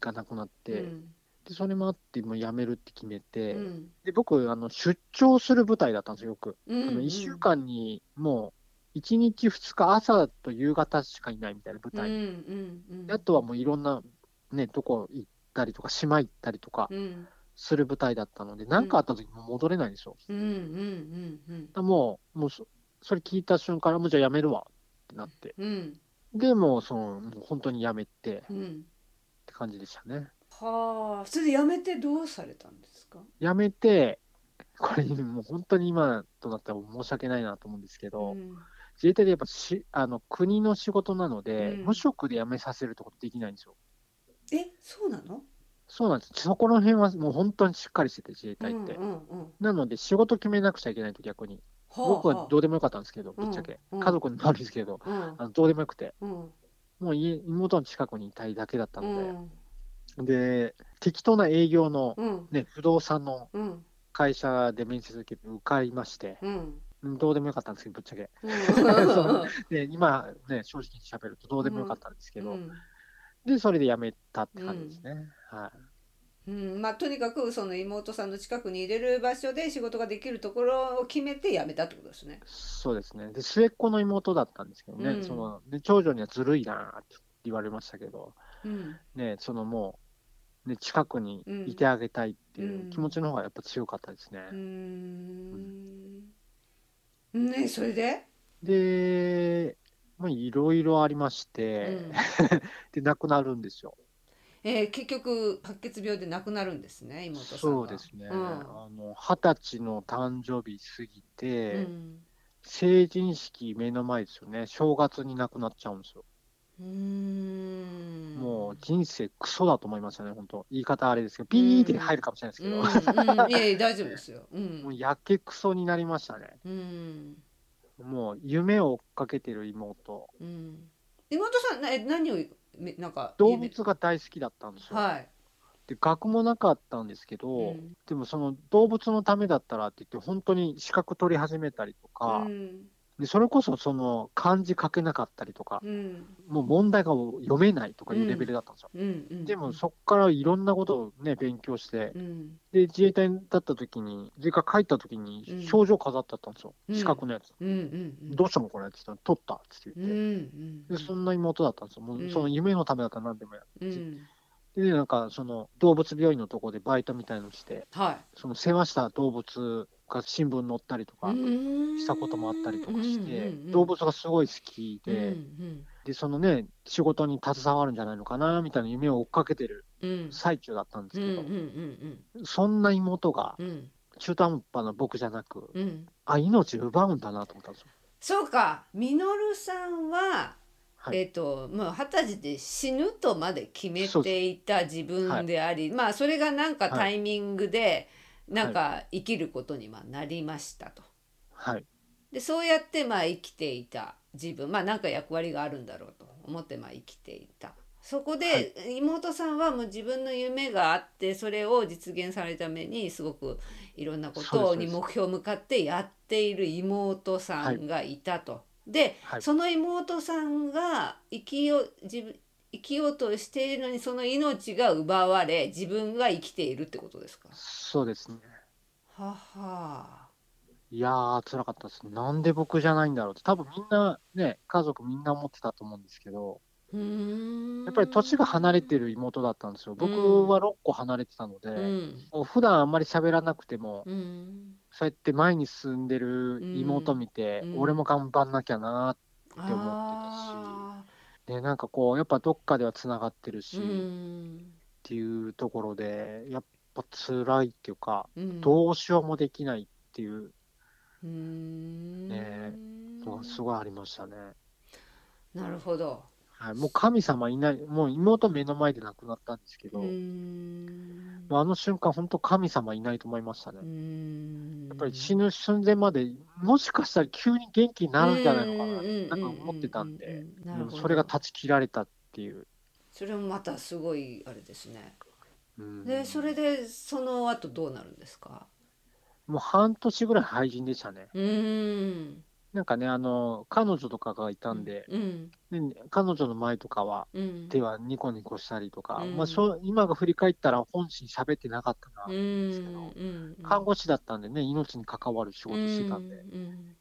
B: がなくなって、
A: うん
B: でそれもあって、もう辞めるって決めて、
A: うん
B: で僕あの、出張する舞台だったんですよ、よく。
A: うん
B: あ
A: うん
B: の1週間にもう1日2日朝と夕方しかいないみたいな舞
A: うんう
B: 台、
A: んうん
B: であとはもういろんなねとこ行ったりとか島行ったりとか
A: うん
B: する舞台だったので何、かあった時もう戻れないんですよ、
A: うんうんうん
B: だもうもうそそれ聞いた瞬間もうじゃあやめるわってなって
A: うんうん
B: でもうそのもう本当にやめてっ
A: うん
B: て感じでしたね
A: はあそれでやめてどうされたんですか
B: やめてこれもう本当に今となったら申し訳ないなと思うんですけど、
A: うん
B: 自衛隊でやっぱしあの国の仕事なので、
A: うん
B: 無職で辞めさせるってことできないんですよ。
A: えそうなの
B: そうなんです。そこら辺はもう本当にしっかりしてて、自衛隊って。
A: うんうんうん、
B: なので、仕事決めなくちゃいけないと逆に。
A: はあ
B: 僕はどうでもよかったんですけど、
A: うん
B: ぶっちゃけ。
A: うん
B: 家族にもあるんですけど、
A: は
B: あのどうでもよくて。
A: うんうん
B: もう家妹の近くにいたいだけだった
A: う
B: の
A: ん
B: で。で、適当な営業の、
A: うん
B: ね、不動産の
A: うん
B: 会社で面接受けて受かりまして、
A: うん
B: うんどうでもよかったんですけど、ぶっちゃけ。
A: うん
B: で、今、ね、正直に喋るとどうでもよかったんですけど、
A: うん
B: で、それで辞めたって感じですね。はい。
A: うんまあ、とにかくその妹さんの近くに入れる場所で仕事ができるところを決めて辞めたってことですね。
B: そうですね。で、末っ子の妹だったんですけどね、
A: うん
B: そのね長女にはずるいなって言われましたけど、
A: うん
B: ね、そのもう、ね、近くにいてあげたいっていう気持ちの方がやっぱ強かったですね。
A: うーんねそれで、
B: で、まあ、いろいろありまし
A: う
B: て、
A: ん
B: で、亡くなるんですよ。
A: えー結局白血病で亡くなるんですね妹さん
B: そう
A: は
B: ですね。
A: うん
B: あの二十歳の誕生日過ぎて、
A: うん
B: 成人式目の前ですよね。正月に亡くなっちゃうんですよ。
A: うーん
B: もう人生クソだと思いますよね、本当。言い方あれですけど、ピーって入るかもしれないです
A: う
B: け
A: ん
B: ど、
A: うんいやいや大丈夫ですよ。う
B: もうんやけくそになりましたね。
A: うん
B: もう夢を追っかけてる妹。
A: うん、妹さんなえ何をめなんか
B: 動物が大好きだったんですよ。
A: はい、
B: で、学もなかったんですけ
A: う
B: ど、
A: ん
B: でもその動物のためだったらって言って、本当に資格取り始めたりと
A: う
B: か、
A: ん
B: でそれこそその漢字書けなかったりとか、
A: うん
B: もう問題が読めないとかいうレベルだったんですよ。
A: うんうん、
B: でもそこからいろんなことをね、勉強して、
A: うん
B: で、自衛隊だった時に、自衛隊帰った時
A: うん
B: に、表情飾ってあったんですよ。
A: うん
B: 四角のやつ。
A: うんうんうん
B: どうしたのこれって言ったら、取ったって
A: う
B: 言
A: ん
B: って。
A: うん
B: で、そんな妹だったんですよ。も
A: うん
B: う、その夢のためだったら何でもやる。
A: うん
B: で、なんか、その、動物病院のとこでバイトみたいのして、
A: は
B: その、世話した動物が新聞に載ったりと
A: い、
B: か、したこともあったりとかして、
A: うんうんうん
B: 動物がすごい好き
A: うん
B: で、で、そのね、仕事に携わるんじゃないのかな、みたいな夢を追っかけてる
A: うんうん
B: 最中だったんです
A: うん
B: け
A: うん
B: ど、
A: うん
B: そんな妹が、
A: うんうん
B: 中途半端な僕じゃなく、
A: うん
B: あ、命奪うんだなと思ったんですよ。
A: そうかみのるさんは、
B: はい
A: えっ、ともう二十歳で死ぬとまで決めていた自分であり、まあそれがなんかタイミングで、なんか生きることにはなりましたと。
B: はい。
A: でそうやってまあ生きていた自分まあなんか役割があるんだろうと思ってまあ生きていたそこで、
B: はい
A: 妹さんはもう自分の夢があってそれを実現されるためにすごくいろんなこ
B: そ
A: と
B: うで
A: に
B: す
A: 目標を向かってやっている妹さんがいたと。で、
B: はい
A: その妹さんが生きよう自分生きようとしているのにその命が奪われ自分が生きているってことですか
B: そうですね。
A: はは。
B: いやー、辛かったです。なんで僕じゃないんだろうって、多分みんなね、家族みんな思ってたと思うんですけど、
A: うーん
B: やっぱり年が離れてる妹だったんですよ。僕は6個離れてたので、
A: うん
B: もう普段あんまり喋らなくても、
A: うん
B: そうやって前に進んでる妹見て、
A: うん
B: 俺も頑張んなきゃな
A: っ
B: って思ーって、なんかこう、やっぱどっかではつながってるし、
A: うん
B: っていうところで、やっぱ辛いっていうか、
A: うん、
B: どうしようもできないっていう
A: うーん
B: ねのがすごいありましたね。
A: なるほど
B: はい、もう神様いない、もう妹目の前で亡くなったんですけど、
A: うーん
B: もうあの瞬間、本当神様いないと思いましたね。
A: うーん
B: やっぱり死ぬ寸前まで、もしかしたら急に元気になるんじゃないのかな、
A: うんうんうんうん
B: なんか思ってたん
A: う
B: で、
A: んうん
B: で
A: なるほ
B: も
A: ど
B: それが断ち切られたっていう。
A: それもまたすごいあれですね
B: うん
A: でそれでその後どうなるんですか
B: もう半年ぐらい廃人でしたね。
A: うーん
B: なんかね、あの、彼女とかがいたんで、
A: うん
B: で彼女の前とかは、
A: うん
B: 手はニコニコしたりとか、
A: うん
B: まあ、そう今が振り返ったら本心喋ってなかったな、
A: うんうん
B: 看護師だったんでね、命に関わる仕事してたんで、
A: うん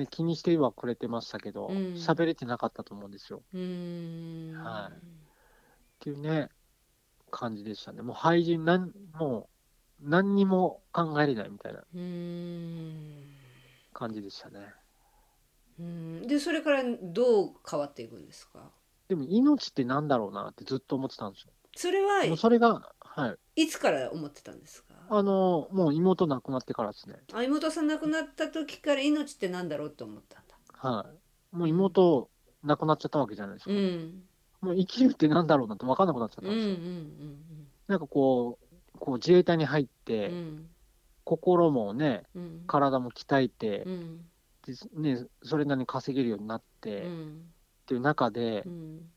B: ね、気にしてはくれてましたけど
A: うん、
B: 喋、れてなかったと思うんですよ。
A: うんうん
B: はっていうね、感じでしたね。もう廃人、なんもう、何にも考えれないみたいな
A: うーん
B: 感じでしたね。
A: うんでそれからどう変わっていくんですか
B: でも、命ってなんだろうなってずっと思ってたんですよ。
A: それは
B: もうそれが、はい、
A: いつから思ってたんですか
B: あの、もう妹亡くなってからですね。
A: あ妹さん亡くなった時から命ってなんだろうと思ったんだ
B: はい。もう妹亡くなっちゃったわけじゃないですか。
A: うん
B: もう生きるってなんだろうなんて分かんなくなっちゃっ
A: うん
B: た
A: うんん
B: ですよ。なんかこう、こう自衛隊に入っ
A: う
B: て、
A: ん
B: 心もね、
A: うん
B: 体も鍛えて、
A: うん
B: ですね、それなりに稼げるようになって、
A: う
B: っ
A: ん
B: ていう中で
A: うん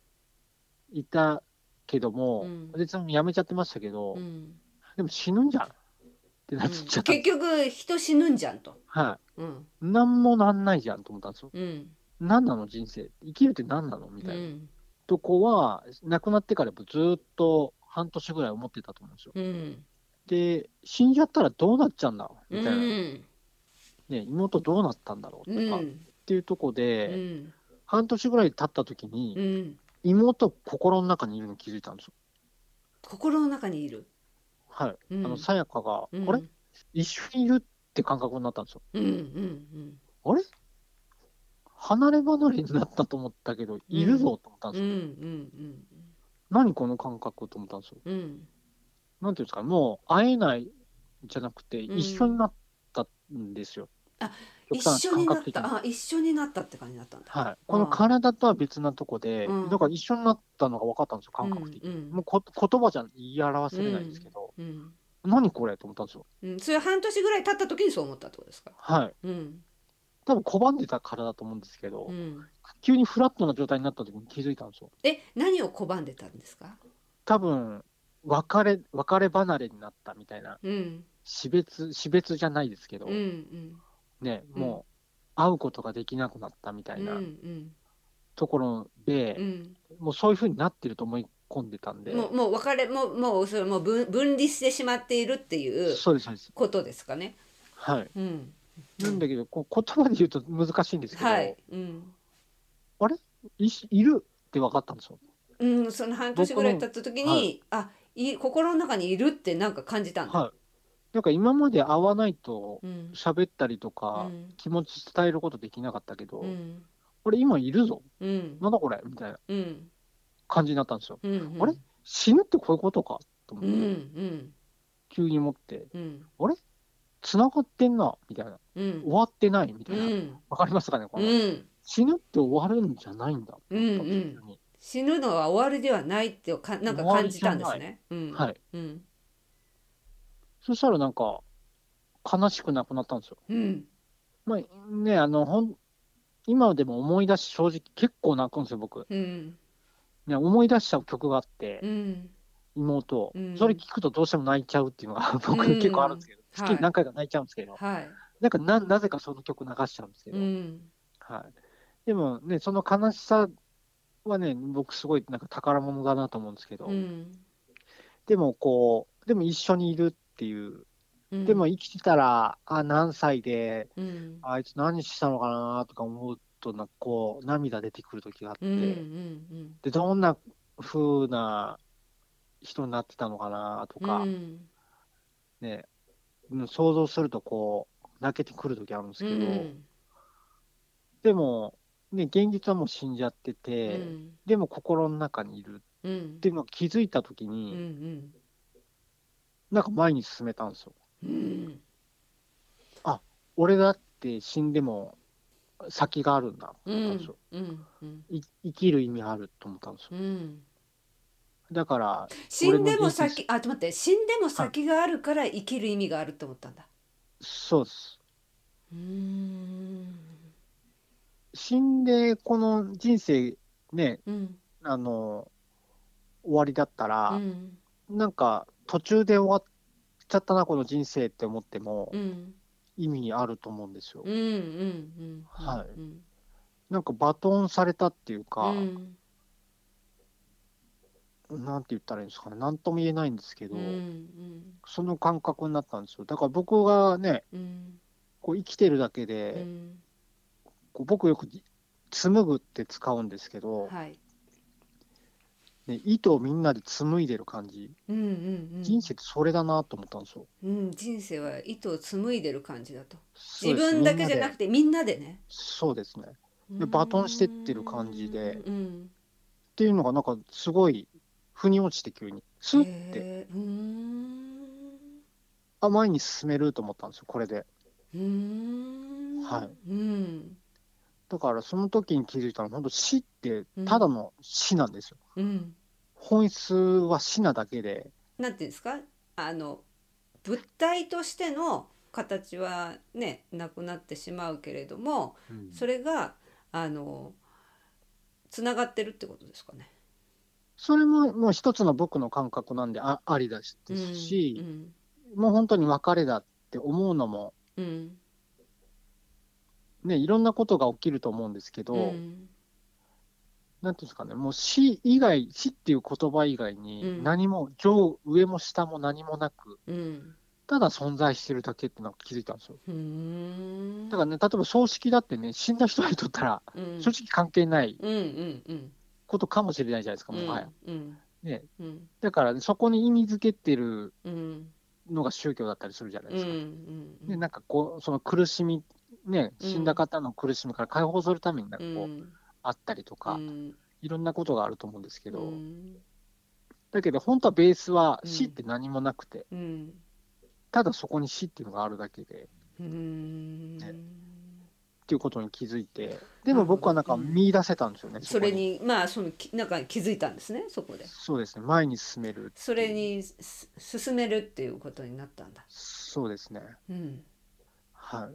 B: いたけども、
A: うん
B: 別に辞めちゃってましたけど、
A: うん
B: でも死ぬんじゃんってなっちゃった、
A: 結局人死ぬんじゃんと。
B: は
A: うん
B: い。なんもなんないじゃんと思ったんですよ。
A: うん
B: 何なの人生生きるって何なのみ
A: う
B: たいな、
A: ん
B: とこは亡くなってからもずっと半年ぐらい思ってたと思うんですよ。
A: うん
B: で死んじゃったらどうなっちゃうんだろう
A: う
B: みたいな、
A: ん
B: ね、妹どうなったんだろう
A: う
B: とか、っ
A: ん
B: ていうとこで、
A: うん
B: 半年ぐらい経った時に、
A: うん
B: 妹心の中にいるの気づいたんですよ。
A: 心の中にいる。
B: はい
A: うん
B: あのさやかが、
A: うん
B: あれ一緒にいるって感覚になったんですよ。
A: うんうん
B: あれ離れ離れになったと思ったけど、いるぞと思ったん
A: うんう
B: ですよ。
A: ん
B: 何この感覚と思ったんですよ。
A: うんうん
B: なんていうんですか、もう会えないじゃなくて、
A: うん
B: 一緒になったんですよ。
A: あ
B: 極端
A: 一緒になっ
B: 感覚的
A: たあ一緒になったって感じだったんだ。
B: はい、この体とは別なとこで、
A: うん
B: だから一緒になったのが分かったんですよ、感覚的に。
A: うんうん
B: もうこ言葉じゃ言い表せれないんですけど、
A: うん
B: 何これと思ったんですよ。
A: うんそれは半年ぐらい経った時にそう思ったってことですか。
B: はい。
A: うん
B: 多分拒んでたからだと思うんですけど、
A: うん
B: 急にフラットな状態になった時に気づいたんですよ。
A: え何を拒んでたんですか。
B: 多分別れ別れ離れになったみたいな
A: うん
B: 死別死別じゃないですけど、
A: うんうん
B: ね
A: うん
B: もう会うことができなくなったみた
A: う
B: い
A: んう
B: なんところ
A: う
B: で、
A: ん。
B: もうそういう風になってると思い込んでたんで、
A: もうもう別れもうもうそれもう分分離してしまっているっていう
B: そうですそうです
A: ことですかね。
B: はい
A: うん。
B: なんだけどこう言葉で言うと難しいんですけど、
A: はい。うん。
B: いしいるって分かったんですよ
A: うんその半年ぐらい経った時に、
B: はい
A: あい心の中にいるってなんか感じたんだ。
B: はいなんか今まで会わないと
A: うん。
B: 喋ったりと
A: う
B: か、
A: ん
B: 気持ち伝えることできなかったけど、
A: うん
B: これ今いるぞ
A: うん
B: なんだこれみたいな
A: うん
B: 感じになったんですよ
A: うん。
B: あれ死ぬってこういうことかと思
A: う
B: っ
A: ん
B: て、
A: うん
B: 急に思って
A: うん
B: 繋がってんな、みたいな。
A: うんうん
B: 終わってない、みた
A: う
B: いな。
A: ん
B: わ、かりますかねこ
A: う
B: の、
A: ん。
B: 死ぬって終わるんじゃないんだって思ったんですよね
A: 死ぬのは終わりではないってかなんか感じたんですね。うん。
B: はい。
A: うん
B: そしたらなんか、悲しくなくなったんですよ。
A: うん
B: まあね、あの、ほん、今でも思い出し、正直結構泣くんですよ、僕。
A: うん
B: ね、思い出しちゃう曲があって、
A: うん。
B: 妹を
A: うん
B: それ聞くとどうしても泣いちゃうっていうのが僕
A: うん
B: 結構あるんですけど、
A: はい
B: 好きに何回か泣いちゃうんですけど、
A: はい。
B: なんかな、なぜかその曲流しちゃうんですけど、
A: うん
B: はい。でもね、その悲しさはね、僕すごいなんか宝物だなと思うんですけど、
A: うん。
B: でもこう、でも一緒にいるっていう、
A: うん
B: でも生きてたら、あ、何歳で、
A: うん
B: あいつ何してたのかなとか思うと、なんかこう、涙出てくる時があって、
A: うんうん
B: で、どんな風な人になってたのかなと
A: うん
B: か、
A: うん
B: ね、うん想像するとこう、泣けてくる時あるんです
A: う
B: けど、
A: ん
B: でも、ね、現実はもう死んじゃって
A: う
B: て、
A: ん
B: でも心の中にいる
A: うん
B: っていうのを気づいたとき
A: う
B: に、
A: ん
B: なんか前に進めたんですよ。
A: うん
B: 俺だって死んでも先があるんだと思ったんですよ、
A: うんうん
B: い生きる意味あると思ったんですよ。
A: うん
B: だから、
A: 死んでも先あちょっと待って死んでも先があるから生きる意味があると思ったんだ。
B: そうです。
A: うーん
B: 死んで、この人生ね、
A: うん
B: あの、終わりだったら、
A: うん
B: なんか途中で終わっちゃったな、この人生って思っても
A: うん
B: 意味あると思うんですよ。
A: うんうん
B: はい
A: うん
B: なんかバトンされたっていうか、
A: うん
B: なんて言ったらいいんですかね、なんとも言えないんですけ
A: う
B: ど、
A: んうん
B: その感覚になったんですよ。だから僕がね、
A: うん
B: こう生きてるだけで、
A: うん
B: こう僕よく紡ぐって使うんですけど、
A: はい
B: ね、糸をみんなで紡いでる感じ、
A: うんうんうん
B: 人生ってそれだなと思ったんですよ。
A: うん人生は糸を紡いでる感じだと
B: そう
A: 自
B: です
A: 分だけじゃな
B: みん
A: く
B: で
A: てみんなでね
B: そうですね。でバトンしてってる感じで
A: うん
B: っていうのがなんかすごい腑に落ちて急に、スッて、
A: へーうーん
B: あ、前に進めると思ったんですよ、これで。
A: うーん
B: は
A: うん
B: だからその時に気づいたのは、本当死ってただの死なんですよ。
A: うん、
B: 本質は死なだけで、
A: なんていうんですかあの物体としての形はねなくなってしまうけれどもそれがあのつながってるってことですかね。
B: それももう一つの僕の感覚なんであありだしですし
A: う、ん
B: もう本当に別れだって思うのも、
A: うん
B: ね、いろんなことが起きると思うんですけど、
A: うんうん
B: なんていうんですかね、もう死以外、死っていう言葉以外
A: うん
B: に、何も、上、上も下も何もなく、
A: うん
B: ただ存在してるだけってのは気づいたんですよ。
A: うーん
B: だからね、例えば葬式だってね、死んだ人にとったら、
A: うん
B: 正直関係ない
A: うんうんうん
B: ことかもしれないじゃないですか、
A: う
B: も
A: ん
B: はや。
A: うん
B: ね、
A: うん
B: だから、ね、そこに意味づけてる
A: うん
B: のが宗教だったりするじゃない
A: うんう
B: ですか。
A: ん
B: で、なんかこう、その苦しみ、ね、死んだ方の苦しみから解放するためになん
A: う
B: かこう、
A: ん
B: あったりとか、
A: うん
B: いろんなことがあると思うんですけど、
A: うん
B: だけど本当はベースは
A: うん
B: 死って何もなくて、
A: うん
B: ただそこに死っていうのがあるだけで
A: うん
B: ねっていうことに気づいてでも僕はなんか
A: うん
B: 見出せたんですよね、
A: それ
B: こ
A: にまあそのきなんか気づいたんですねそこで
B: そうですね前に進める
A: それにす進めるっていうことになったんだ。
B: そうですね
A: うん、
B: は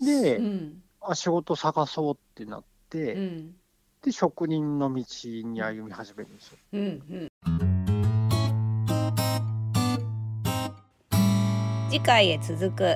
B: いで、
A: うん
B: あ仕事探そうってなって、
A: うん
B: で職人の道に歩み始めるんですよ
A: うんうん、
C: 次回へ続く